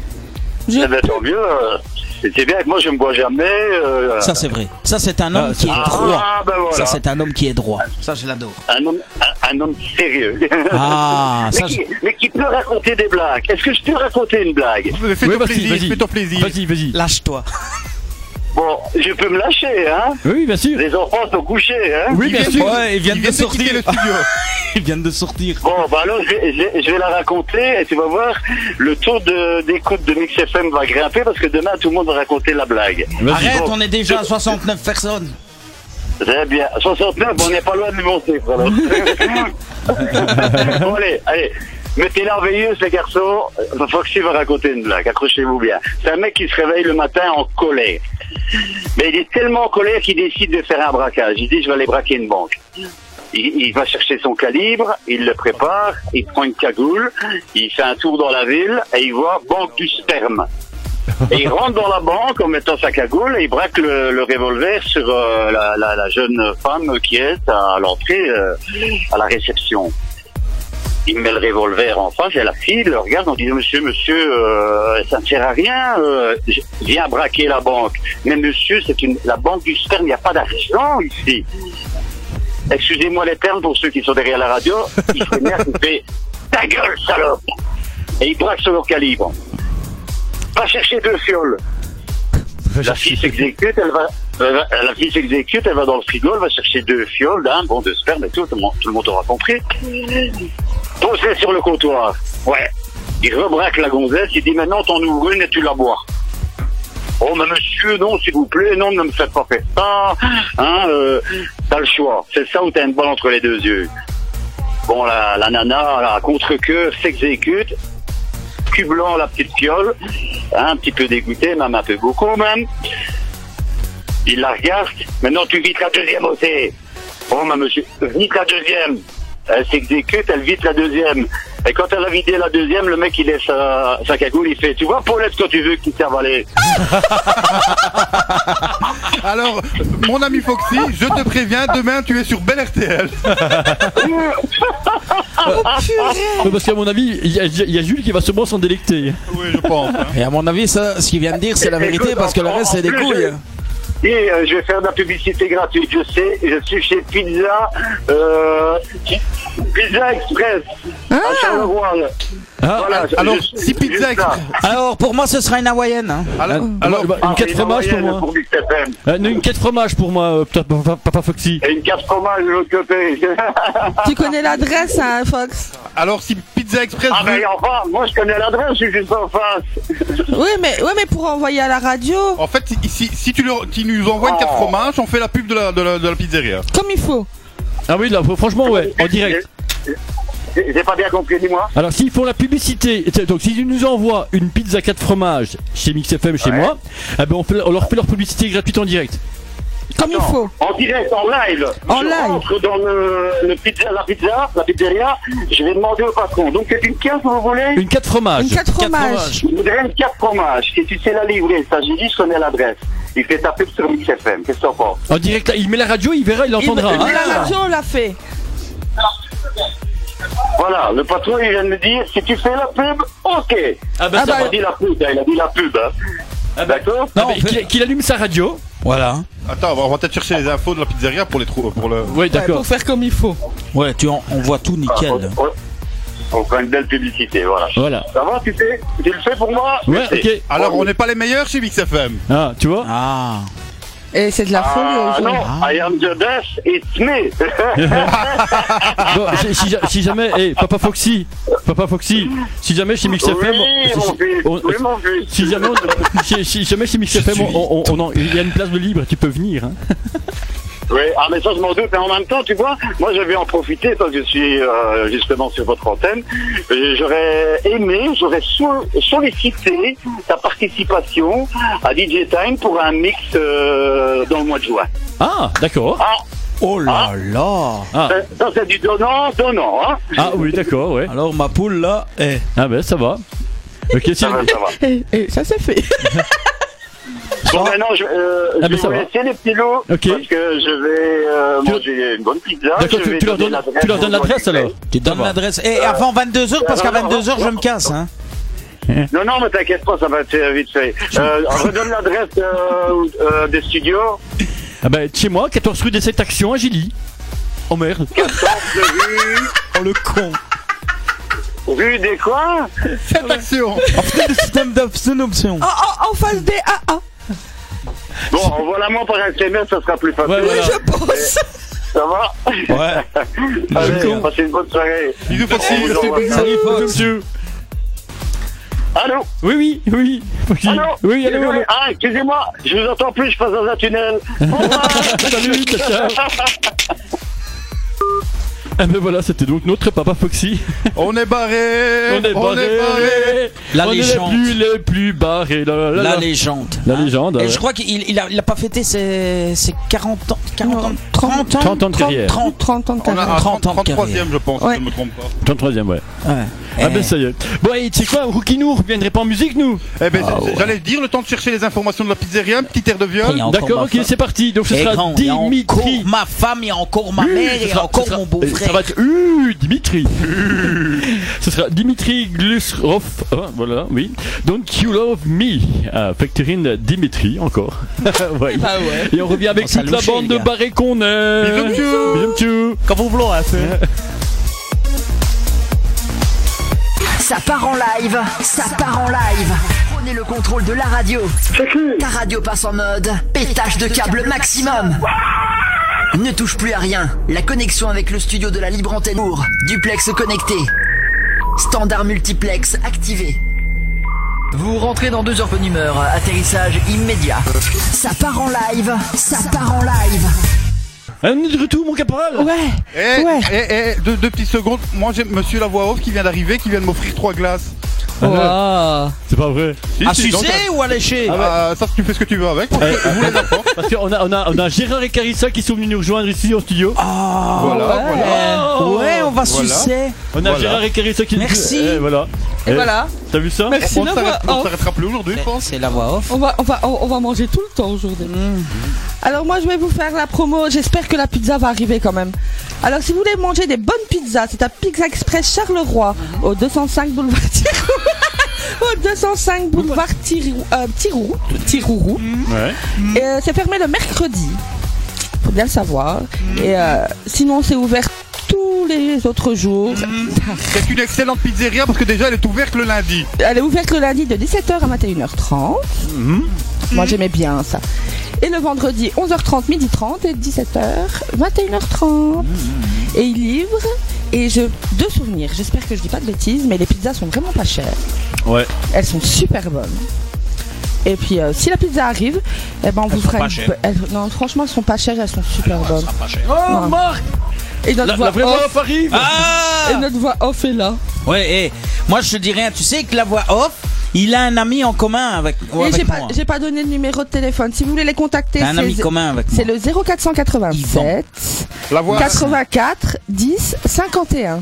S4: Je-
S7: eh ben, tant mieux. euh, et C'est bien que moi, je ne bois jamais. euh,
S5: Ça c'est vrai. Ça c'est un homme
S2: Ah,
S5: qui est
S7: ah,
S5: droit.
S7: ben voilà.
S5: Ça c'est un homme qui est droit. Ça je l'adore.
S7: un, homme, un, un homme sérieux. *laughs*
S5: Ah, ça
S7: mais,
S5: je...
S7: qui, mais qui peut raconter des blagues Est-ce que je peux raconter une blague
S3: Mais Fais-toi
S2: Oui, vas-y,
S3: plaisir,
S2: vas-y.
S3: fais-toi plaisir.
S2: Vas-y, vas-y.
S5: *laughs* lâche-toi.
S7: Bon, je peux me lâcher, hein
S2: Oui, oui, bien sûr.
S7: Les enfants sont couchés, hein
S2: Oui,
S3: Il
S2: bien
S3: vient-
S2: sûr.
S5: Ouais, ils viennent de sortir.
S3: quitter le studio.
S5: Ils viennent de sortir.
S7: Bon, bah alors, je vais, je vais- je vais la raconter et tu vas voir, le taux de- d'écoute de, Mix FM va grimper parce que demain, tout le monde va raconter la blague.
S2: Vas-y.
S5: Arrête,
S7: Bon.
S5: on est déjà à 69 personnes.
S7: Très bien. 69, on n'est pas loin de monter, alors. bon, allez, allez. Mettez-la en veilleuse, les garçons. Foxy va raconter une blague. Accrochez-vous bien. C'est un mec qui se réveille le matin en colère. Mais il est tellement en colère qu'il décide de faire un braquage. Il dit, je vais aller braquer une banque. Il, il va chercher son calibre, il le prépare, il prend une cagoule, il fait un tour dans la ville et il voit Banque du Sperme. Et il rentre dans la banque en mettant sa cagoule et il braque le, le revolver sur euh, la, la- la jeune femme qui est à l'entrée, euh, à la réception. Il met le revolver en face et la fille le regarde en disant Monsieur, monsieur, euh, ça ne sert à rien, euh, je- viens braquer la banque. Mais monsieur, c'est une la banque du sperme, il n'y a pas d'argent ici. Excusez-moi les termes pour ceux qui sont derrière la radio, il *laughs* s'énerve, il fait Ta gueule, salope Et il braque sur leur calibre. Va chercher deux fioles. La fille s'exécute, elle va. elle va- La fille s'exécute, elle va dans le frigo, elle va chercher deux fioles, d'un bon de sperme et tout, tout le monde, tout le monde aura compris. Posez sur le comptoir. Ouais. Il rebraque la gonzesse, il dit maintenant t'en ouvres une et tu la bois. Oh mais monsieur, non, s'il vous plaît, non, ne me faites pas faire ça. Hein, euh, t'as le choix. C'est ça ou t'as une balle entre les deux yeux. Bon, la, la nana, là, à contre-coeur, s'exécute, cublant la petite fiole, hein, un petit peu dégoûté, même un peu beaucoup même. Il la regarde, maintenant tu vites la deuxième aussi. Bon, ma monsieur, vite la deuxième. Elle s'exécute, elle vite la deuxième. Et quand elle a vidé la deuxième, le mec, il laisse sa, sa cagoule, il fait, tu vois, Paulette, quand tu veux qu'il serve à aller.
S3: Alors, mon ami Foxy, je te préviens, demain tu es sur Bel RTL.
S2: Ouais, Parce qu'à mon avis, il y, a- il y a Jules qui va sûrement s'en délecter.
S3: Oui, je pense. hein.
S5: Et à mon avis, ça, ce qu'il vient de dire, c'est la
S7: Écoute,
S5: vérité parce que le
S7: en-
S5: reste,
S7: en
S5: c'est des
S7: plus,
S5: couilles.
S7: Et euh, je vais faire de la publicité gratuite, je sais, je suis chez Pizza, euh, Pizza Express, à Charleroi.
S2: Ah,
S7: Voilà, je-
S3: alors,
S7: je-
S3: si Pizza
S7: juste là.
S3: Express-
S5: Alors, pour moi, ce sera une hawaïenne. hein.
S3: Alors,
S2: Alors,
S3: alors,
S2: bah,
S7: Ah,
S2: une quête
S7: il
S2: fromage
S7: m'a
S2: pour
S7: envoyé le
S2: moi.
S7: Big FM.
S2: Euh, non, une quête fromage pour moi, euh, putain, papa, papa Foxy.
S7: Et une carte fromage de l'autre côté. *laughs*
S4: Tu connais l'adresse, hein, Fox
S3: alors, si Pizza Express
S7: ah
S3: veut-
S7: ben enfin, moi je connais l'adresse, je suis juste en face.
S4: Oui, mais, ouais, mais pour envoyer à la radio,
S3: En fait, si, si- si tu, leur- tu nous envoies une carte
S7: Oh.
S3: fromage, on fait la pub de la, de la- de la pizzeria.
S4: comme il faut.
S2: Ah oui, là, franchement, ouais, en direct.
S7: J'ai j'ai pas bien compris, dis-moi.
S2: Alors, s'ils font la publicité, c'est- donc s'ils nous envoient une pizza 4 fromages chez Mix FM, chez moi, eh ben on, fait- on leur fait leur publicité gratuite en direct.
S4: Comme il faut.
S7: En direct, en live.
S4: En
S7: je
S4: live.
S7: rentre dans le, le pizza, la pizza, la pizzeria. Je vais demander au patron. Donc c'est une carte, vous voulez
S2: Une 4 fromages.
S4: Une carte fromage.
S7: Je voudrais une carte fromage. Si tu sais la livrer, ça, j'ai dit, je connais l'adresse. Il fait taper sur Mix FM. Qu'est-ce que t'en penses
S2: En direct, là, il met la radio, il verra, il
S4: Il-
S2: l'entendra. hein.
S4: mais la radio, on l'a fait.
S7: Voilà, le patron, il vient de me dire, si tu fais la pub, ok.
S2: Ah bah, ça
S7: Ah bah, il
S2: va.
S7: a dit la pub, hein, il a dit la pub. hein. D'accord
S2: Ah
S5: Non,
S2: bah,
S5: on fait-
S2: qu'il- Qu'il allume sa radio.
S5: Voilà.
S3: Attends, on va- on va peut-être chercher les infos de la pizzeria pour les trou- pour le.
S2: Ouais,
S4: Ouais,
S2: d'accord.
S4: pour faire comme il faut.
S5: Ouais, tu en- on voit tout nickel.
S7: On- on- Oh, On prend une belle publicité, voilà.
S2: Voilà.
S7: Ça va, tu sais Tu le fais pour moi
S2: Ouais,
S7: Merci.
S2: ok.
S3: Alors, on n'est pas les meilleurs chez Mix FM.
S2: Ah, tu vois
S5: Ah.
S4: Et c'est de la folie
S7: Ah
S4: aujourd'hui.
S7: non, I am the best, it's me
S5: Ah.
S2: Bon, si, si- si jamais, eh, Papa Foxy, Papa Foxy, si jamais chez Mix FM,
S7: Oui,
S2: si-
S7: mon fils,
S2: on-
S7: oui, mon fils
S2: si jamais, on- si- si jamais chez Mix FM, on- on- on en- il y a une place de libre, tu peux venir. hein.
S7: Oui, ah mais ça je m'en doute, mais en même temps, tu vois, moi je vais en profiter parce que je suis euh, justement sur votre antenne. Euh, J'aurais aimé, j'aurais so- sollicité ta participation à DJ Time pour un mix euh, dans le mois de juin.
S2: Ah, d'accord.
S7: Ah,
S5: Oh là là.
S2: Ah,
S7: ça, ça, c'est du donnant, donnant, hein
S2: ah oui, d'accord, ouais.
S5: Alors, ma poule là, eh.
S2: Ah ben, ça va. Ok, si-
S7: Ça va, ça va.
S2: *laughs*
S4: Et, et ça, c'est fait.
S7: Bon, maintenant, je, euh,
S2: Ah,
S7: je
S2: ben,
S7: vais
S2: ça
S7: vous
S2: va.
S7: laisser les petits lots
S2: Ok.
S7: parce que je vais euh,
S2: Tu-
S7: manger une bonne pizza.
S2: D'accord,
S7: Je
S2: tu,
S7: vais
S2: tu leur
S7: donner
S2: donnes, tu leur donnes
S7: au
S2: l'adresse
S7: Montréal.
S2: alors
S5: Tu donnes
S2: va.
S5: l'adresse. Eh, Et avant 22h, parce qu'à
S7: non, non,
S5: 22h, je
S7: non,
S5: me casse. Hein.
S7: Non, non, mais t'inquiète pas, ça va être euh, vite fait. Euh, redonne l'adresse euh, euh, des studios.
S2: Ah ben, chez moi, 14 rue des 7 Actions à Gilly. Oh
S7: *laughs*
S2: merde.
S5: Oh le con.
S7: Rue des quoi
S3: Cette action
S5: Le système d'abstention.
S4: En, Ah, en- en face des AA.
S7: Bon, envoie-la-moi par SMS, ça sera plus facile.
S2: Ouais, voilà.
S4: Je
S7: Ah.
S4: pense.
S7: Ça va
S5: Ouais.
S7: Allez,
S5: con.
S7: passez une bonne soirée.
S3: Bisous, Foxy.
S7: On vous envoie ça.
S5: Salut Fox.
S2: Monsieur.
S7: Allô
S2: Oui, oui, oui. Foxy.
S7: Allô
S2: Oui, allô,
S7: Désolé.
S2: allô.
S7: Ah, excusez-moi, je vous entends plus, je passe dans un tunnel. Au revoir.
S2: Salut, ciao, ciao. Ah ben voilà, c'était donc notre papa Foxy.
S3: On est barré
S5: La
S2: on est les
S5: légende.
S2: plus, les plus barrés. La, la, la,
S5: La
S2: la.
S5: légende.
S2: La
S5: hein.
S2: légende,
S5: Et
S2: ouais.
S5: je crois qu'il il a, il a pas fêté ses, ses 40 ans. 40 ans. 30 ans.
S2: 30 ans de carrière.
S5: 30.
S4: 30 ans de
S3: On a
S4: carrière.
S3: un
S5: 30 ans de
S3: 33e, je pense, si
S4: Ouais.
S3: je ne me trompe pas.
S2: 33ème, ouais.
S5: Ouais.
S2: Ah
S5: Eh.
S2: ben ça y est. Bon, et tu sais quoi, Rookie nous, on reviendrait pas en musique nous
S3: Eh ben, c'est- j'allais dire le temps de chercher les informations de la pizzeria, un petit air de
S5: Il y
S3: viol.
S5: a encore
S2: D'accord,
S5: ma
S2: ok,
S5: femme.
S2: c'est parti. Donc ce
S5: Et
S2: sera
S5: grand, Eh, il y a encore
S2: Dimitri.
S5: ma femme, il y a encore ma mère, il y a Ah, encore mon
S2: Ça
S5: beau-frère.
S2: va être euh, Dimitri. ce sera Dimitri Glusrov. Ah, voilà, oui. Don't you love me? Ah, Factorine Dimitri, encore. *laughs* ouais.
S4: Ah ouais.
S2: Et on revient avec
S5: On s'est
S2: toute la
S5: louché,
S2: bande
S5: les
S2: de
S5: gars.
S2: barrés qu'on
S3: Bisous,
S2: est.
S3: bisous.
S2: Bisous, bisous.
S5: Quand vous voulez, hein, c'est-
S1: Ça part en live, ça part en live. Prenez le contrôle de la radio. Ta radio passe en mode pétage de câble maximum. Ne touche plus à rien. La connexion avec le studio de la libre antenne Bourg. Duplex connecté. Standard multiplex activé. Vous rentrez dans deux heures bonne humeur. Atterrissage immédiat. Ça part en live, ça part en live.
S2: On est de retour, mon caporal
S4: Ouais,
S3: Eh,
S4: Ouais.
S3: eh, eh, deux, deux petites secondes. Moi, j'ai monsieur la voix off qui vient d'arriver, qui vient de m'offrir trois glaces.
S5: Wow.
S2: C'est pas vrai.
S3: Si,
S5: À
S3: si, donc,
S5: sucer Ah. ou à lécher
S3: ah, Euh, ah, Ça, tu fais ce que tu veux avec. Moi, je vous les apporte.
S2: Parce qu'on a, on a, on a Gérard et Carissa qui sont venus nous rejoindre ici en studio.
S5: Ah,
S3: Voilà,
S2: Oh. voilà.
S5: Ouais. Eh, Ouais, on va
S3: Voilà.
S5: sucer.
S2: On a
S3: Voilà.
S2: Gérard et Carissa qui
S5: Merci.
S2: Eh, voilà.
S4: et
S2: Eh,
S4: voilà.
S2: T'as vu ça
S4: Merci.
S3: On
S4: la
S3: s'arrête-
S4: voix
S3: on
S4: off.
S3: s'arrêtera plus aujourd'hui, je pense.
S5: C'est la voix off.
S4: On va, on, va, on, on va manger tout le temps aujourd'hui. Alors moi je vais vous faire la promo, j'espère que la pizza va arriver quand même. Alors si vous voulez manger des bonnes pizzas, c'est à Pizza Express Charleroi, au 205 boulevard Tirou. au 205 boulevard Tirou, euh, Tirou- Tirourou.
S2: Ouais.
S4: Et, euh, c'est fermé le mercredi, faut bien le savoir. Et euh, sinon c'est ouvert tous les autres jours. *laughs*
S3: C'est une excellente pizzeria parce que déjà, elle est ouverte le lundi.
S4: Elle est ouverte le lundi de 17h à 21h30.
S5: Mhm.
S4: Moi j'aimais bien ça. Et le vendredi 11h30, midi 30 et 17h, 21h30.
S5: Mhm.
S4: Et ils livrent. Et je, de souvenirs, j'espère que je dis pas de bêtises, mais les pizzas sont vraiment pas chères.
S2: Ouais.
S4: Elles sont super bonnes. Et puis euh, si la pizza arrive, eh ben on vous
S5: sont
S4: fera.
S5: pas
S4: une
S5: chères. Ah,
S4: be- elles- non, franchement, elles sont pas chères, elles sont super bonnes.
S5: Oh,
S4: Ouais.
S5: Marc
S4: Et notre
S2: La,
S4: voix
S2: la vraie voix
S4: off,
S2: off arrive
S5: Ah
S4: et notre voix off est là.
S5: Ouais, eh, moi je te dis rien. Tu sais que la voix off, il a un ami en commun avec,
S4: Et
S5: avec
S4: j'ai pas,
S5: moi.
S4: j'ai pas donné le numéro de téléphone. Si vous voulez les contacter,
S5: T'as un ami
S4: c'est
S5: commun avec moi.
S4: c'est le 0487
S3: La voix.
S4: 84 10 51.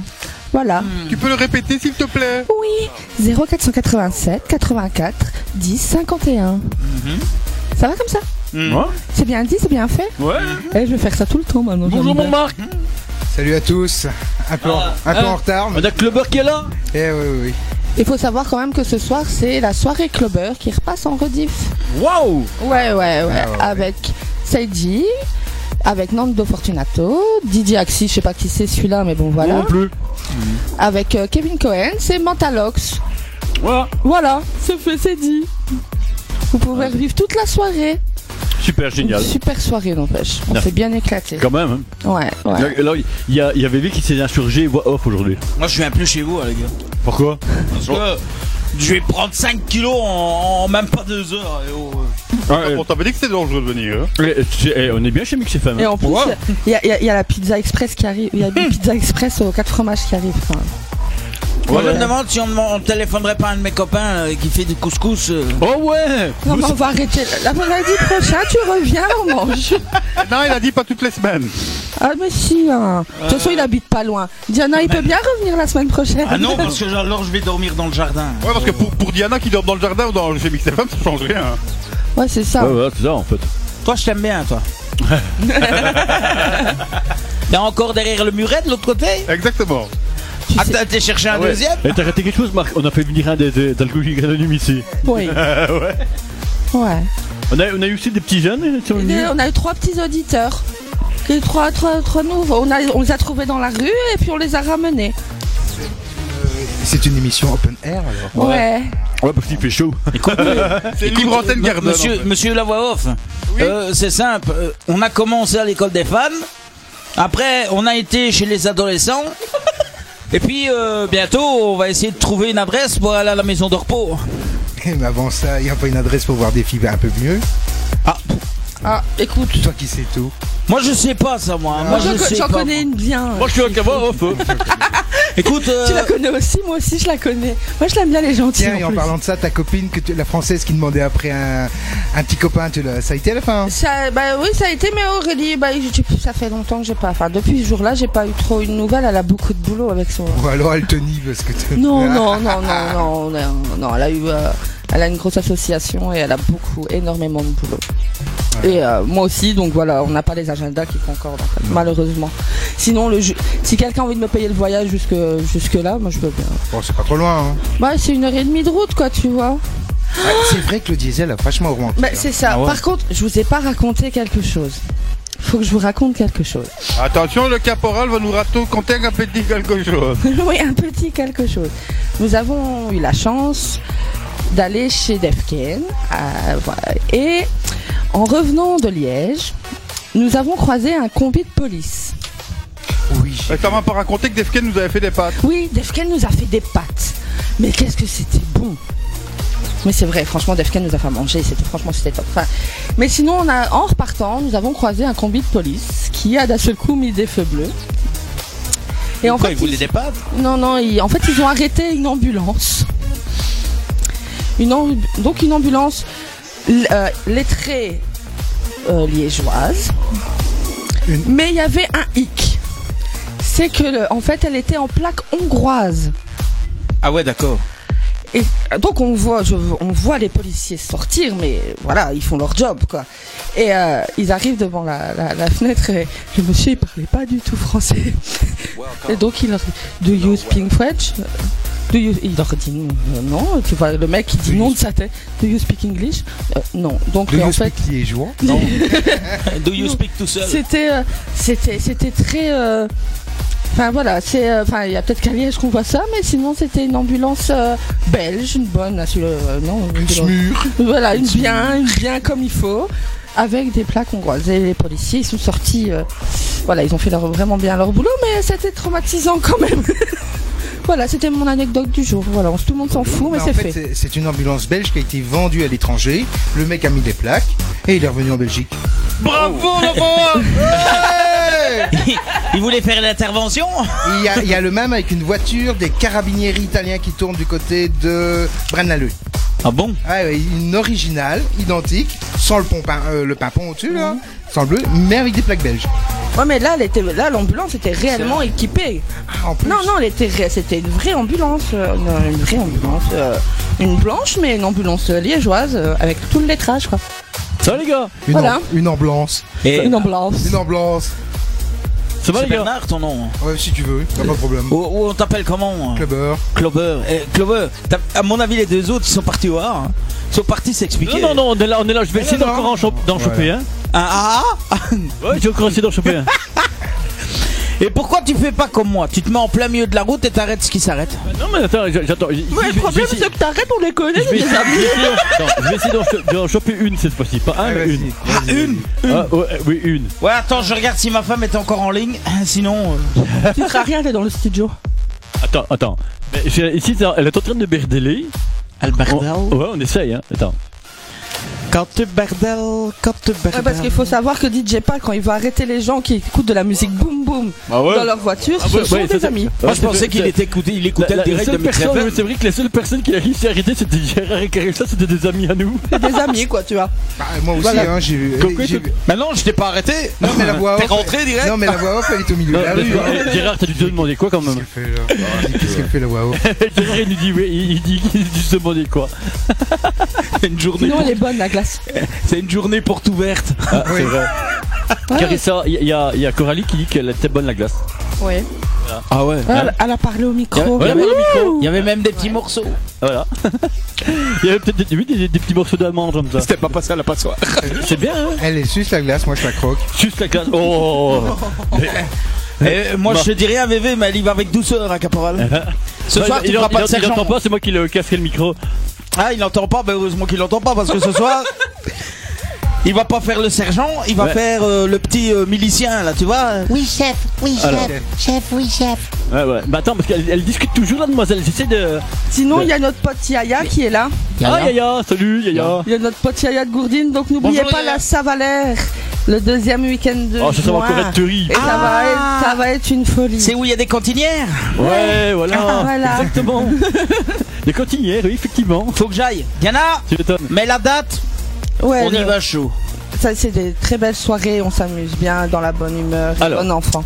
S4: Voilà.
S3: Tu peux le répéter, s'il te plaît
S4: Oui, 0487 84 10 51. Mhm. Ça va comme ça
S2: Ouais.
S4: C'est bien dit, c'est bien fait
S2: Hein Ouais.
S4: Eh, Je vais faire ça tout le temps maintenant.
S2: Bonjour, mon Marc
S8: Salut à tous, un peu,
S3: Ah,
S8: en- un peu en retard. mais-
S2: On a Clubber qui est là
S8: Eh oui, oui, oui.
S4: Il faut savoir quand même que ce soir, c'est la soirée clubber qui repasse en rediff.
S2: Waouh
S4: Ouais, ouais, Ah, ouais.
S8: ouais, ouais.
S4: avec Seiji, avec Nando Fortunato, DJ Axi, je sais pas qui c'est celui-là, mais bon, voilà.
S2: Non plus.
S4: Avec euh, Kevin Cohen, c'est Mentalox.
S2: Voilà.
S4: Voilà, c'est fait, c'est dit. Vous pouvez revivre toute la soirée.
S2: Super génial.
S4: Une super soirée, n'empêche. On
S2: Merci.
S4: s'est bien éclaté.
S2: Quand même. hein.
S4: Ouais, ouais.
S2: Là, il y, a- il y a Bébé qui s'est insurgé voix off aujourd'hui.
S5: Moi je viens plus chez vous, hein, les gars.
S2: Pourquoi
S5: Parce que je vais prendre 5 kilos en, en même pas 2 heures. et oh, euh.
S2: Ah,
S3: On t'avait dit que c'était dangereux de venir. hein.
S2: eh, On est bien chez Mix FM.
S4: Et
S2: hein.
S4: en plus,
S2: Ouais.
S4: il y, a- il y a- il y a la pizza express qui arrive. Il y a
S5: Hum.
S4: des pizzas express aux 4 fromages qui arrivent. enfin.
S5: Moi
S2: Ouais.
S5: je me demande si on ne téléphonerait pas à un de mes copains euh, qui fait du couscous. euh.
S2: Oh ouais
S4: Non,
S2: Vous-
S4: mais on va arrêter. La lundi prochain, tu reviens, on
S5: *laughs*
S4: mange.
S3: Non, il a dit pas toutes les semaines.
S4: Ah, mais si. hein. De toute façon, il habite pas loin. Diana, il peut bien revenir la semaine prochaine.
S5: Ah non, parce que alors je vais dormir dans le jardin.
S3: Ouais, parce que pour, pour Diana qui dort dans le jardin ou dans chez Mix FM, ça change rien.
S4: *laughs* Ouais, c'est ça.
S2: Ouais, ouais, c'est ça en fait.
S5: Toi, je t'aime bien, toi. *laughs* T'es encore derrière le muret de l'autre côté
S3: Exactement.
S4: Tu
S5: Ah,
S4: sais-
S5: t'as t'es cherché un
S2: Ouais.
S5: deuxième
S2: Et Eh, t'as raté quelque chose, Marc On a fait venir un des, des alcooliques anonymes ici.
S5: *laughs*
S4: Oui. Ouais.
S2: On a, on a eu aussi des petits jeunes qui sont venus.
S4: Et Eh On a eu trois petits auditeurs. Et trois, trois, trois nouveaux. On, a, on les a trouvés dans la rue et puis on les a ramenés.
S8: C'est une émission open air alors.
S4: Ouais.
S2: Ouais, parce qu'il fait chaud.
S3: C'est libre antenne garden.
S5: Monsieur,
S3: en fait.
S5: monsieur la voix off, euh, c'est simple. euh, on a commencé à l'école des femmes. Après, on a été chez les adolescents. Et puis, euh, bientôt, on va essayer de trouver une adresse pour aller à la maison de repos.
S8: *laughs* Mais avant ça, il n'y a pas une adresse pour voir des filles un peu mieux.
S4: Ah, écoute.
S8: Toi qui sais tout.
S5: Moi, je sais pas ça, moi.
S4: Moi,
S5: Moi,
S4: j'en
S5: Ah, je sais
S4: j'en
S5: pas.
S4: connais une bien.
S2: Moi je suis un cabot off.
S5: Écoute, euh,
S4: Tu la connais aussi, moi aussi je la connais. Moi je l'aime bien les gentils.
S8: Tiens, et
S4: en
S8: en
S4: plus.
S8: parlant de ça, ta copine, que tu- la française qui demandait après un, un petit copain, tu l'as- ça a été à la *laughs* fin hein
S4: Ça, bah oui, ça a été, mais Aurélie, bah, je- ça fait longtemps que j'ai pas. Enfin, depuis ce jour-là, j'ai pas eu trop une nouvelle. Elle a beaucoup de boulot avec son.
S8: Ou alors elle te Ah. nie parce que tu-
S4: Non, non, non, non, non, non, non, elle a eu, euh, elle a une grosse association et elle a beaucoup, énormément de boulot. Et euh, moi aussi, donc voilà, on n'a pas les agendas qui concordent, en fait, malheureusement. Sinon, le ju- si quelqu'un a envie de me payer le voyage jusque jusque là, moi je peux bien.
S8: Bon, c'est pas trop loin. hein.
S4: Bah, c'est une heure et demie de route, quoi, tu vois.
S8: Ah, *gasps* c'est vrai que le diesel a vachement augmenté.
S4: Bah,
S8: hein.
S4: c'est ça.
S5: Ah ouais.
S4: Par contre, je vous ai pas raconté quelque chose. Faut que je vous raconte quelque chose.
S3: Attention, le caporal va nous raconter un petit quelque
S8: *laughs*
S3: chose.
S4: *laughs* oui, un petit quelque chose. Nous avons eu la chance d'aller chez Defken à- voilà. et en revenant de Liège, nous avons croisé un combi de police.
S8: Oui.
S3: Et ça m'a pas raconté que Defken nous avait fait des pâtes.
S4: Oui, Defken nous a fait des pâtes. Mais qu'est-ce que c'était bon Mais c'est vrai, franchement, Defken nous a fait manger, c'était franchement c'était top. Enfin, mais sinon, on a, en repartant, nous avons croisé un combi de police qui a d'un seul coup mis des feux bleus. Et en
S5: Quoi,
S4: fait,
S5: ils voulaient
S4: ils-
S5: des pâtes
S4: non, non, ils- en fait, ils ont arrêté une ambulance. Une am- Donc, une ambulance l- euh, lettrée euh, liégeoise.
S8: Une-
S4: Mais il y avait un hic. C'est que, le- en fait, elle était en plaque hongroise.
S5: Ah ouais, d'accord.
S4: Et euh, donc on voit, je- on voit les policiers sortir, mais voilà, ils font leur job, quoi. Et euh, ils arrivent devant la, la- la fenêtre et le monsieur il parlait pas du tout français. Et donc il leur dit, Do you speak French? Do you- Il leur dit euh, non, tu vois, le mec il dit non de sa tête. Do you speak English? Euh, non. Donc
S8: Le
S4: euh, en
S8: Yospik
S4: fait,
S8: qui est jouant.
S5: *laughs* Do you
S4: Non.
S5: speak tout seul
S4: c'était, euh, c'était, c'était très. euh, Enfin voilà, c'est, euh, enfin il y a peut-être qu'à Liège qu'on voit ça, mais sinon c'était une ambulance euh, belge, une bonne, euh, non, une ambulance-
S8: Smur.
S4: voilà, une bien, une bien comme il faut, avec des plaques hongroises. Et les policiers, ils sont sortis, euh, voilà, ils ont fait leur, vraiment bien leur boulot, mais c'était traumatisant quand même. *laughs* voilà, c'était mon anecdote du jour. Voilà, on- tout le monde s'en fout, mais
S8: Bah, en
S4: c'est
S8: fait,
S4: fait.
S8: c'est- c'est une ambulance belge qui a été vendue à l'étranger. Le mec a mis des plaques et il est revenu en Belgique.
S5: Bravo, Laurent *laughs* Il voulait faire l'intervention
S8: Il y, a, il y a le même avec une voiture des carabiniers italiens qui tournent du côté de Brennaleu.
S5: Ah bon
S8: Ouais, ouais, une originale, identique, sans le, pompin, euh, le pimpon au-dessus, là, sans le bleu, mais avec des plaques belges.
S4: Ouais, mais là, elle était, là, l'ambulance était réellement équipée.
S8: En plus,
S4: Non, non, elle était, ré- c'était une vraie ambulance, euh, une, une vraie ambulance, euh, une blanche, mais une ambulance euh, liégeoise euh, avec tout le lettrage, quoi.
S2: Ça va les gars
S8: une,
S4: voilà.
S8: am- une ambulance.
S5: Et
S4: Une ambulance.
S8: Une ambulance.
S2: Ça va
S5: c'est
S2: les gars
S5: Bernard ton nom
S8: Ouais, si tu veux, t'as pas de problème.
S5: Ou,
S3: Oh.
S5: ou on t'appelle comment
S8: Clubber.
S5: Clover. Eh, Clover, t'as- à mon avis, les deux autres, ils sont partis au A. hein. Ils sont partis s'expliquer.
S2: Non, non, non, on est là, on est là, je vais essayer
S8: non,
S2: d'encore
S8: non.
S2: en cho- d'en
S8: Voilà.
S2: choper, hein.
S5: Ah, ah, ah.
S2: Ouais, j'ai encore essayé d'en choper un.
S5: Et pourquoi tu fais pas comme moi Tu te mets en plein milieu de la route et t'arrêtes ce qui s'arrête.
S2: Non, mais attends, j- j'attends. j-
S4: Ouais,
S2: je-
S4: le
S2: je-
S4: problème,
S2: je-
S4: c'est que t'arrêtes, on les
S2: *laughs*
S4: connaît,
S2: je vais essayer- je vais essayer- attends, je vais essayer d'en cho- d'en choper une cette fois-ci, pas un,
S8: Ouais,
S2: mais
S8: vas-y,
S2: une.
S8: vas-y, vas-y.
S2: Ah, ouais, oui, une.
S5: Ouais, attends, je regarde si ma femme est encore en ligne. *laughs* Sinon. euh,
S4: tu ne rien, t'es dans
S2: *laughs*
S4: le studio.
S2: Attends, attends. Mais j'ai- Ici, ça- elle est en train de berdeler. On-
S5: Alberto.
S2: Ouais, on essaye, hein. Attends.
S5: Oh, Quand tu berdel, quand tu
S4: Ouais, parce qu'il faut savoir que DJ Paul, quand il va arrêter les gens qui écoutent de la musique boum boum
S2: Ah ouais
S4: dans leur voiture,
S2: Ah ouais,
S4: ce sont
S2: ouais, ça,
S4: des
S2: c'est-
S4: amis.
S5: Moi, je
S2: Ouais,
S5: pensais
S2: c'est-
S5: qu'il
S2: c'est-
S5: était écouté, il
S2: La,
S5: écoutait le
S2: la- la
S5: direct de
S2: seule
S5: Mix
S2: personne,
S5: FM.
S2: c'est vrai que la seule personne qui a réussi à arrêter, c'était Gérard et ça, c'était des amis à nous.
S4: Des amis, quoi, tu vois.
S8: Bah, moi aussi,
S2: Voilà.
S8: hein, j'ai vu.
S2: Comme quoi,
S8: j'ai
S2: tout-
S8: vu-
S5: Mais non, je t'ai pas arrêté.
S8: Non, mais la voix
S5: T'es
S8: off-
S5: rentré direct.
S8: Non, mais la voix off, elle est au milieu.
S2: Non,
S8: de la
S2: parce
S8: rue,
S2: que-
S8: hein.
S2: eh, Gérard, t'as dû te demander quoi quand
S8: Qu'est-ce *laughs*
S2: même
S8: qu'elle fait, là Qu'est-ce
S2: euh,
S8: qu'elle fait, la voix off
S2: Gérard, il nous dit, oui, il, il dit il dit se demander quoi
S5: C'est une journée.
S4: Sinon, elle est bonne, la glace.
S5: C'est une journée porte ouverte.
S8: Oui.
S4: Ah,
S2: Carissa, il y, y a, y a Coralie qui dit qu'elle était bonne la glace.
S4: Ouais.
S5: Ah ouais.
S4: Elle, elle a parlé au micro.
S5: Il y avait-
S4: Ouh.
S5: Il y avait même des petits morceaux.
S2: Voilà. *laughs* Il y avait peut-être des, oui, des- des petits morceaux d'amande comme ça.
S5: C'était pas passé à la passoire.
S2: *laughs* C'est bien, hein
S8: Elle est suce la glace, moi je la croque.
S2: Juste la glace. *laughs* Oh
S5: Eh, moi,
S2: Bah.
S5: je te dis rien, VV, mais elle y va avec douceur, hein, Caporal. Ce
S2: Ouais,
S5: soir,
S2: il,
S5: tu feras
S2: il-
S5: pas de
S2: il entend
S5: sergent.
S2: pas, c'est moi qui le casserai le micro.
S5: Ah, il n'entend pas, bah heureusement qu'il n'entend pas, parce que ce soir, il va pas faire le sergent, il va
S2: Ouais.
S5: faire euh, le petit euh, milicien, là, tu vois.
S9: Oui, chef, oui,
S2: Ah, Alors.
S9: chef, chef, oui, chef.
S2: Ouais, ouais. Bah attends, parce qu'elle elle discute toujours, la demoiselle. J'essaie de.
S4: Sinon, il y a notre pote Yaya qui est là.
S2: Ah, Yaya, salut, Yaya.
S4: Il y a notre pote Yaya de Gourdine, donc n'oubliez
S5: Bonjour,
S4: pas
S5: Yaya.
S4: la Savalère, le deuxième week-end de
S2: Oh, ça, ça va
S4: juin.
S2: encore être terrible.
S4: Et ça, va être, ça va être une folie.
S5: C'est où il y a des cantinières
S2: Ouais, voilà.
S4: Ah,
S2: *laughs*
S4: voilà.
S2: Exactement.
S5: *laughs*
S2: Les cantinières, oui, effectivement.
S5: Faut que j'aille. Yana,
S2: Tu m'étonnes.
S5: mais la date,
S4: Ouais,
S5: on y
S4: le-
S5: va chaud.
S4: Ça, c'est des très belles soirées, on s'amuse bien, dans la bonne humeur,
S2: Alors.
S4: bon enfant.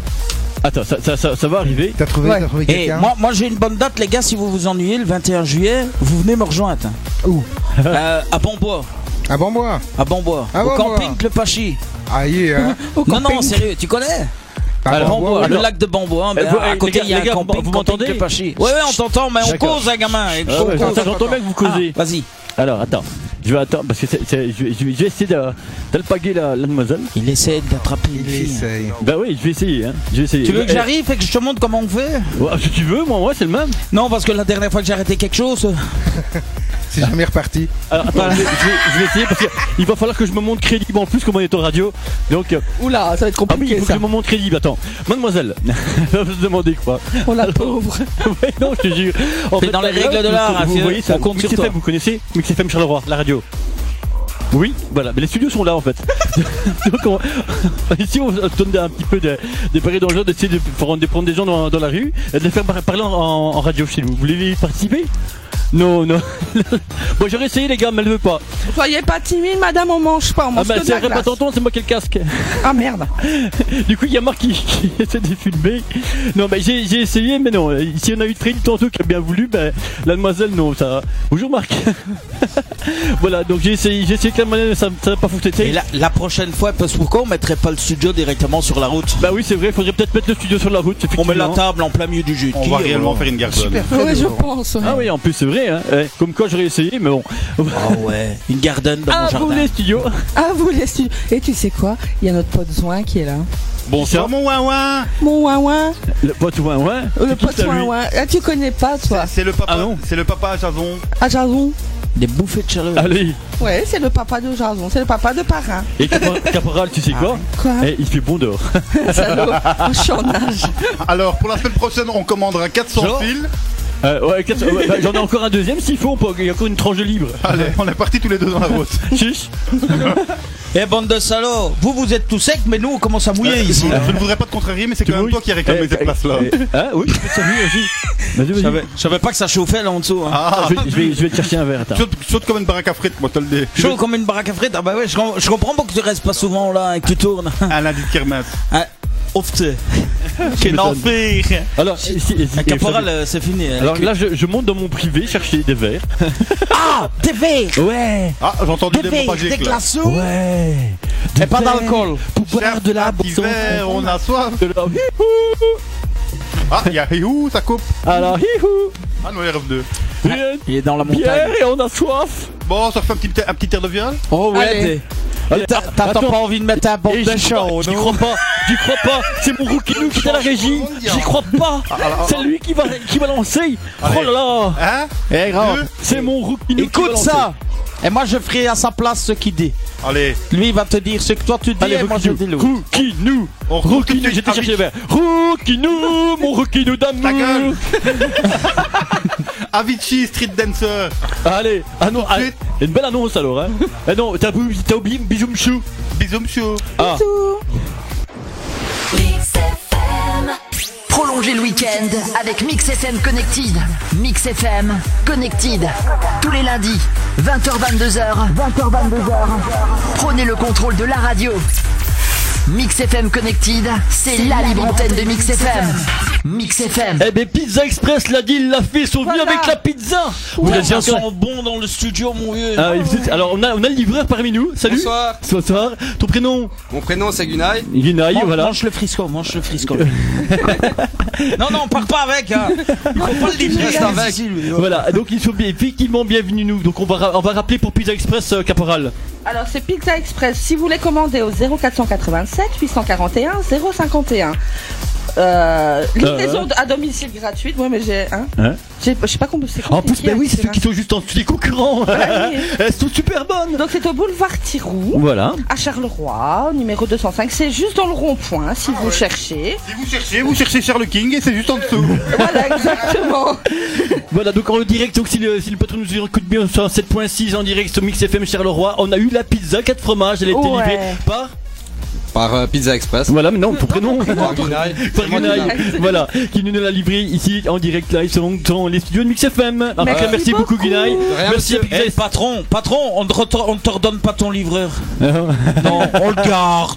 S2: Attends, ça, ça, ça, ça va arriver.
S8: T'as trouvé,
S4: Ouais.
S8: t'as
S3: Eh,
S8: trouvé
S5: Et
S8: quelqu'un
S5: Eh, moi, moi j'ai une bonne date, les gars, si vous vous ennuyez, le 21 juillet, vous venez me rejoindre.
S8: Où
S5: Euh, À Bonbois,
S8: Ah bon, moi
S5: à Bonbois,
S8: À
S5: au
S8: Bonbois.
S5: camping Le Pachy.
S8: Aïe, hein
S5: Non, non, sérieux, tu connais
S8: Bah,
S2: Alors,
S8: bon,
S5: Bonbois,
S8: moi,
S5: le
S2: alors.
S5: lac de Bonbois, hein,
S2: Eh,
S5: ben,
S2: vous- eh,
S5: à
S2: les
S5: côté
S2: gars,
S5: il y a
S2: les
S5: un
S2: gars, vous-
S5: camping,
S2: vous
S5: camping
S2: m'entendez
S5: Le Pachy. Ouais, ouais, on t'entend, mais on
S2: D'accord.
S5: cause, hein, gamin.
S2: Ah, ouais,
S8: Attends,
S2: ça, J'entends
S8: attends,
S2: bien que vous causez.
S5: Ah, Vas-y.
S2: Alors, attends. Je vais attendre parce que c'est- c'est- je, vais- je vais je vais essayer d'a- d'alpaguer la, la demoiselle.
S5: Il essaie d'attraper une
S8: Il
S5: fille.
S8: essaye.
S2: Bah oui, je vais essayer. Hein. Je vais essayer.
S5: Tu veux que
S2: Eh,
S5: j'arrive et que je te montre comment on fait
S2: ouais, Si tu veux, moi, ouais, c'est le même.
S5: Non, parce que la dernière fois que j'ai arrêté quelque chose,
S8: C'est jamais reparti.
S2: Alors, attends, je, vais, je vais- je vais essayer parce qu'il va falloir que je me montre crédible en plus comme on est en radio. Donc, euh,
S4: Oula, ça
S2: ah
S4: va être
S2: oui, il
S4: compliqué
S2: faut que
S4: ça.
S2: je me montre crédible. Attends, mademoiselle, *laughs* vous vous demandez quoi
S4: Oh la pauvre.
S2: *laughs* Ouais, non, je te jure. En
S5: Ah, C'est dans les
S2: là,
S5: règles de
S2: vous-
S5: l'art, hein,
S2: Vous,
S5: c'est-
S2: voyez, ça
S5: on compte
S2: Mix
S5: sur toi.
S2: FM, vous connaissez Mix FM Charleroi, la radio. Oui, voilà, mais les studios sont là en fait. *laughs* Donc on- *laughs* ici on se donne un petit peu de, des paris dangereux d'essayer de, prendre- de prendre des gens dans, dans la rue et de les faire par- parler en, en- en radio chez nous. Vous voulez y participer Non, *laughs* non. bon, j'aurais essayé les gars, mais elle veut pas.
S4: Soyez pas timide, madame, on mange pas, on
S2: Ah
S4: mange
S2: bah
S4: que de
S2: c'est
S4: la
S2: un pas
S4: glace.
S2: tonton, c'est moi qui ai le casque.
S4: Ah merde.
S2: Du coup, il y a Marc qui, qui *laughs* essaie de filmer. Non, mais j'ai j'ai essayé, mais non. Euh, Si on a eu Trine tantôt qui a bien voulu, ben, la demoiselle, non, ça. va. Bonjour Marc. *laughs* voilà, donc j'ai essayé, j'ai essayé avec la manette, mais ça ça n'a pas foutu.
S5: Et la, la prochaine fois, parce que pourquoi on mettrait pas le studio directement sur la route
S2: Bah oui, c'est vrai, il faudrait peut-être mettre le studio sur la route.
S5: On met la
S2: effectivement.
S5: table en plein milieu du jeu.
S3: *laughs* On va réellement faire une garçonne.
S8: Super.
S4: Ouais, je pense. ouais.
S2: Ah oui, en plus, c'est vrai, hein. Eh, Comme quoi, j'aurais essayé, mais bon. *laughs*
S5: Oh ouais, une garden dans
S2: Ah,
S5: mon
S2: vous
S5: jardin.
S2: les studios.
S4: Ah, vous les stu- Et tu sais quoi Il y a notre pote Zoin qui est là.
S3: Bonsoir mon ouin
S4: Mon ouin ouin,
S2: Le pote ouin ouin.
S4: le
S2: C'est qui
S4: pote
S2: ça, lui
S4: ouin ouin. Ah, tu connais pas, toi
S3: C'est le
S2: Ah
S3: papa,
S2: non.
S3: c'est le papa à Jason.
S4: Ah, Jason
S5: Des bouffées de chaleur.
S2: Allez,
S4: Ouais, c'est le papa de Jason, c'est le papa de Parrain.
S2: et Capra- Caporal, tu sais quoi
S4: Quoi
S2: Eh, il fait bon dehors. *laughs*
S4: *laughs* Salaud. Oh, je suis en nage.
S3: Alors pour la semaine prochaine, on commandera 400
S5: Jean
S3: fils.
S2: Euh, ouais, quatre- ouais, bah, J'en ai encore un deuxième s'il faut, on peut- il y a encore une tranche de libre.
S3: Allez, on est partis tous les deux dans la *laughs* route.
S2: Chiche.
S5: Eh bande de salauds, vous vous êtes tout sec, mais nous on commence à mouiller ici. là.
S3: Je ne voudrais pas te contrarier, mais c'est quand même toi qui as réclamé
S2: Eh,
S3: cette
S2: eh,
S3: place-là.
S2: eh, Hein, oui, je peux te servir aussi. Vas-y,
S5: Je
S2: vas-y.
S5: savais, je savais pas que ça chauffait là en dessous. hein.
S3: Ah,
S2: Je vais, je vais- je vais te chercher un verre, attends.
S3: Chaude, chaude comme une baraque à frites, moi, te le dis.
S5: Chaud comme une baraque à frites. Ah bah ouais, je, com- je comprends pas que tu restes pas souvent là et que tu tournes. *laughs*
S3: Un lundi de kermesse.
S5: Ah, Ofte. *laughs* Quel enfer.
S2: Alors, si- si- si-
S5: Un caporal, euh, c'est fini. hein.
S2: Alors là, je, je monte dans mon privé chercher des verres.
S5: ah, des verres.
S2: Ouais,
S3: Ah, j'ai entendu
S5: Des
S3: des
S5: verres,
S3: mots magiques,
S5: des
S3: là.
S5: glaçons.
S2: ouais.
S5: Et pas d'alcool.
S2: Pour boire de la boisson.
S3: Hiver, on a soif.
S2: De la-
S3: Ah, il y a Hiou, ça coupe.
S2: Alors, hihou.
S3: Ah non, il est revenu.
S2: Une
S5: Il est dans la montagne.
S2: bière et on a soif.
S3: Bon, ça refait un petit, ta- un petit air de viol
S5: Oh
S2: Allez.
S5: ouais. t'es-
S2: Allez,
S5: t'as- T'as t'as
S2: attends.
S5: pas envie de mettre un bord
S2: Et
S5: de
S2: j'y crois-
S5: chaud,
S2: j'y crois pas, j'y crois pas, c'est mon rouquinou qui est à la régie,
S5: hein.
S2: j'y crois pas,
S5: Ah,
S2: c'est lui qui va, qui va lancer, oh là là,
S3: Hein
S5: Eh
S3: Deux.
S5: grave.
S2: c'est mon rouquinou qui va
S5: Écoute
S2: lancer.
S5: ça. Et moi je ferai à sa place ce qu'il dit.
S3: Allez,
S5: Lui il va te dire ce que toi tu dis
S2: Allez,
S5: et moi je dis
S2: Rouquinou,
S5: l'autre.
S2: Rouquinou,
S3: on retrouve tout de
S2: Rouquinou,
S3: suite.
S2: j'étais
S3: Ah,
S2: cherché
S3: vite.
S2: vers Rouquinou, mon Rouquinou
S3: Ta
S2: d'amour
S3: gueule. Avicii, Street Dancer.
S2: Allez, ah non,
S3: de
S2: ah,
S3: suite.
S2: une belle annonce alors, hein Ah non, t'as oublié, t'as oublié Bisou Mchou
S3: Bisous, monsieur.
S2: Ah,
S1: Prolongez le week-end avec Mix FM Connected. Mix FM Connected. Tous les lundis, 20h22h. 20h22h. Prenez le contrôle de la radio. Mix FM Connected, c'est la libre antenne de Mix FM. Mix FM.
S2: eh ben Pizza Express l'a dit, il l'a fait, ils sont venus avec la pizza Vous
S5: Les
S2: l'avez
S5: gens
S2: encore-
S5: sont bons dans le studio, mon vieux.
S2: Ah, il- alors on a, on a le livreur parmi nous, salut
S10: Bonsoir.
S2: Bonsoir, ton prénom
S10: Mon prénom c'est Gunai.
S2: Guinaï,
S5: mange,
S2: voilà
S5: mange le frisco, mange le *laughs* frisco. non, non, on part pas avec. Hein. Il faut pas le livrer,
S10: Reste
S5: ça.
S10: avec.
S2: Voilà, donc ils sont bien, effectivement bienvenus nous. Donc on va, ra- on va rappeler pour Pizza Express euh, Caporal.
S4: Alors, c'est Pizza Express. Si vous voulez commander au 0487 841 051. Euh, livraison à domicile gratuite. Ouais, mais j'ai. Hein,
S2: Hein
S4: J'ai- Je sais pas comment c'est.
S2: En plus,
S4: compliqué
S2: ben oui,
S4: avec
S2: c'est ceux qui sont juste en dessous des concurrents.
S4: Ah oui.
S2: *laughs* Elles sont super bonnes.
S4: Donc, c'est au boulevard Thirou.
S2: Voilà.
S4: À Charleroi, au numéro 205, c'est juste dans le rond-point si vous cherchez.
S3: Si vous cherchez, vous cherchez Charles King et c'est juste en dessous.
S2: *laughs*
S4: Voilà, exactement.
S2: Voilà, donc en direct, donc si le, si le patron nous écoute bien, on est en 7.6 en direct sur Mix FM Charleroi. On a eu la pizza, 4 fromages, elle a été
S4: Ouais.
S2: livrée par.
S10: Par euh, Pizza Express.
S2: Voilà, mais non, ton prénom.
S10: Par
S5: *laughs*
S10: Gunai.
S2: *laughs* Par Gunaï, voilà, qui nous l'a livré ici en direct live selon dans les studios de Mix FM. En tout cas, merci beaucoup,
S4: beaucoup.
S2: Gunaï.
S10: Rien,
S2: Merci à
S10: monsieur.
S2: Pizza
S5: Eh, patron, patron, on ne retor- on ne te redonne pas ton livreur. Non, on le garde.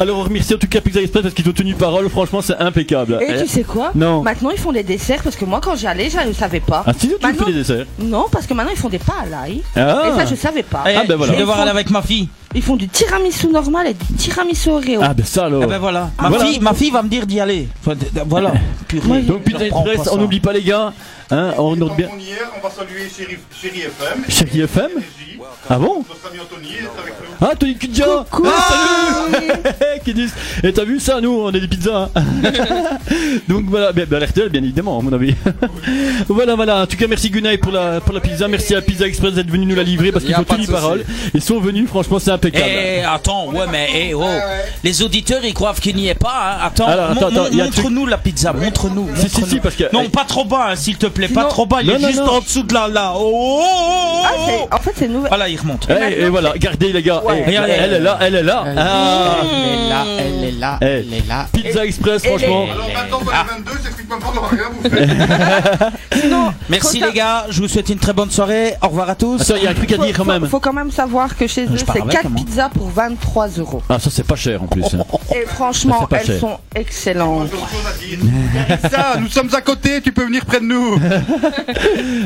S2: Alors on remercie en tout cas Pizza Express parce qu'ils ont tenu parole, franchement c'est impeccable. Eh.
S4: Et tu sais quoi
S2: Non.
S4: Maintenant, ils font des desserts parce que moi, quand j'y allais, je ne savais pas.
S2: Ah si tu
S4: Maintenant-
S2: fais des desserts.
S4: Non, parce que maintenant, ils font des pas à l'ail.
S2: Ah.
S4: Et ça, je savais pas.
S5: Eh,
S2: Ah, ben voilà.
S5: Je vais devoir aller avec ma fille.
S4: Ils font du tiramisu normal et du tiramisu Oreo.
S2: Ah ben ça alors.
S5: Eh ben voilà. Ma,
S2: Voilà.
S5: Fille, ma fille va me dire d'y aller. Enfin, d- d- Voilà. Purée,
S2: Donc
S5: je
S2: Pizza
S5: reprends
S2: Express,
S5: pas
S2: on
S5: ça.
S2: n'oublie pas les gars. Hein, on note bien.
S3: On y est, on va saluer Chéri Chéri FM.
S2: Chéri FM
S3: Régie.
S2: Ah bon
S3: Notre ami Anthony est avec nous.
S2: Ah Tony Kudja Ah, salut *laughs* Qui disent Et t'as vu ça nous on est des pizzas *laughs* hein. Donc voilà, bien, bien, RTL bien évidemment à mon avis. *laughs* voilà voilà, en tout cas merci Gunay pour la pour la pizza, merci à Pizza Express d'être venu nous la livrer parce
S10: Y
S2: qu'ils
S10: a
S2: ont
S10: pas de
S2: tenu
S10: souci.
S2: parole. Ils sont venus, franchement c'est impeccable.
S5: Eh, attends, ouais, mais eh, oh. les auditeurs ils croient qu'il n'y est pas. hein. Attends,
S2: Alors, attends,
S5: mon- mon-
S2: attends, il y a un truc-
S5: montre-nous la pizza, montre-nous.
S2: Si, si,
S5: montre-nous.
S2: si, parce que- eh.
S5: non, pas trop bas, hein, s'il te plaît, pas trop bas. Il
S2: Non,
S5: est
S2: non,
S5: juste
S2: non.
S5: en dessous de là, là. Oh, oh, oh,
S4: Ah,
S5: oh.
S4: c'est- en fait, c'est une nouvelle.
S5: Voilà, il remonte.
S2: Eh, et voilà, regardez les gars.
S5: Ouais.
S2: Eh, regardez, elle est là, elle est là. Ah.
S5: Elle est là, elle est là,
S2: Eh.
S5: elle est là.
S2: Pizza Express,
S5: elle est-
S2: franchement.
S5: elle
S10: Eh.
S5: est-
S10: Ah.
S4: Sinon,
S5: Merci
S4: faut-
S5: les gars, je vous souhaite une très bonne soirée. Au revoir à tous.
S2: Attends, il y a un truc à
S4: faut-
S2: dire quand
S4: faut-
S2: même.
S4: Faut quand même savoir que chez eux,
S5: pars
S4: c'est
S5: avec,
S2: hein.
S4: 4
S5: moi.
S4: pizzas pour 23 euros.
S2: Ah, ça, c'est pas cher en plus.
S4: Et franchement,
S2: Oh. Bah, C'est pas cher.
S4: elles sont excellentes.
S3: Ça, nous sommes à côté, tu peux venir près de nous.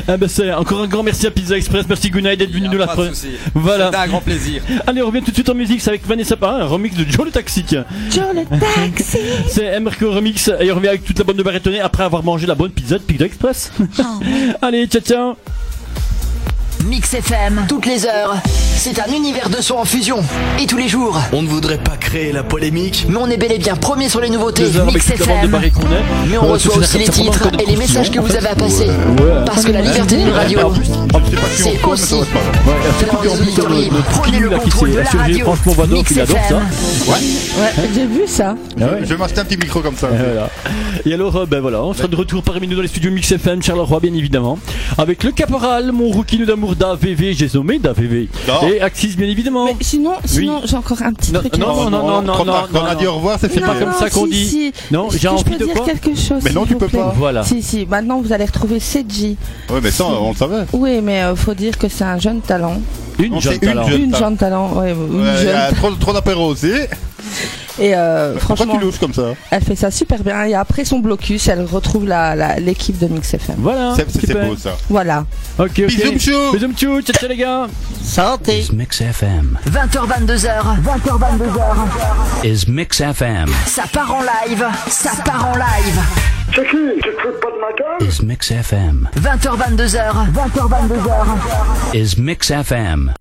S2: Ah, ben, c'est encore un grand merci à Pizza Express. Merci Gunay d'être venu nous la
S10: Pas de
S2: preuve.
S10: souci.
S2: Voilà.
S10: C'était un grand plaisir.
S2: Allez, on revient tout de suite en musique. C'est avec Vanessa Pain, un remix de Joe le Taxi. tiens.
S4: Joe
S2: *laughs*
S4: le taxi.
S2: C'est Merco Remix et on revient avec toute la bande de Barretonnet après avoir mangé la bonne pizza de Pizza Express.
S1: Ah,
S2: *laughs* Allez, ciao, ciao.
S1: Mix FM, toutes les heures, c'est un univers de son en fusion. Et tous les jours,
S11: On ne voudrait pas créer la polémique.
S1: mais on est bel et bien premier sur les nouveautés
S2: Deux heures avec
S1: Mix
S2: toute la bande de
S1: FM.
S2: barrés qu'on est.
S1: Mais
S2: Euh,
S1: on reçoit
S2: c'est
S1: aussi les
S2: certainement
S1: titres
S2: encore des
S1: et les
S2: confusions,
S1: messages que
S2: en
S1: vous
S2: fait.
S1: avez à passer. Parce que la liberté d'une radio, c'est aussi
S2: Ouais, surtout qu'en plus,
S1: Prenez
S2: le,
S1: le
S2: le
S1: contrôle de
S2: pilou, là, qui s'est
S1: la
S2: assuré,
S1: radio.
S2: franchement, Vadoc,
S1: Mix
S2: il adore ça.
S1: FM.
S4: Ouais, j'ai vu ça.
S2: Ah ouais.
S3: Je vais m'acheter un petit micro comme ça.
S5: Eh
S2: Et *laughs* voilà. Et alors, euh, ben voilà, on sera de retour parmi nous dans les studios Mix FM, Charleroi, bien évidemment, avec le caporal, mon rookie nous d'amour d'AVV, j'ai nommé d'AVV,
S3: Non.
S2: et Axis, bien évidemment.
S4: Mais sinon, sinon j'ai encore un petit
S2: Non,
S4: truc. à
S2: non,
S4: dire.
S2: non, non, non, non,
S3: Trop
S2: non,
S3: tard, Quand on a
S2: non.
S3: dit au revoir, c'est
S2: C'est
S3: fini.
S2: pas comme ça qu'on
S4: si,
S2: dit.
S4: si.
S2: Non,
S4: Est-ce
S2: j'ai
S4: que
S2: envie
S4: je peux
S2: de
S4: dire
S2: quoi
S4: quelque chose.
S3: Mais non,
S4: s'il
S3: tu
S4: vous
S3: peux
S4: plaît
S3: pas.
S2: Voilà.
S4: Si, si. Maintenant, vous allez retrouver Sedji.
S3: Ouais, mais ça, on le savait.
S4: Oui, mais euh, faut dire que c'est un jeune talent.
S2: Une
S3: Non,
S2: jeune
S3: c'est une
S2: talent.
S3: jeune.
S4: une
S3: talent.
S4: jeune talent. ouais, une
S3: Ouais, Il y
S4: jeune.
S3: a trop, trop d'apéros aussi.
S4: Et euh,
S3: Pourquoi
S4: franchement,
S3: tu l'ouvres comme ça
S4: elle fait ça super bien. Et après son blocus, elle retrouve la- la- l'équipe de Mix FM.
S2: Voilà.
S3: C'est- C'est
S2: super.
S3: beau ça.
S4: Voilà.
S2: Ok, ok.
S3: Bisous, chou.
S2: Bisous, tchou, ciao, ciao, les gars.
S9: Santé.
S11: Is Mix FM.
S1: 20h22h, 20h22h,
S11: Is Mix FM.
S1: ça part en live, ça part en live.
S11: Is Mix FM.
S1: 20h22h, 20h22h,
S11: Is Mix FM.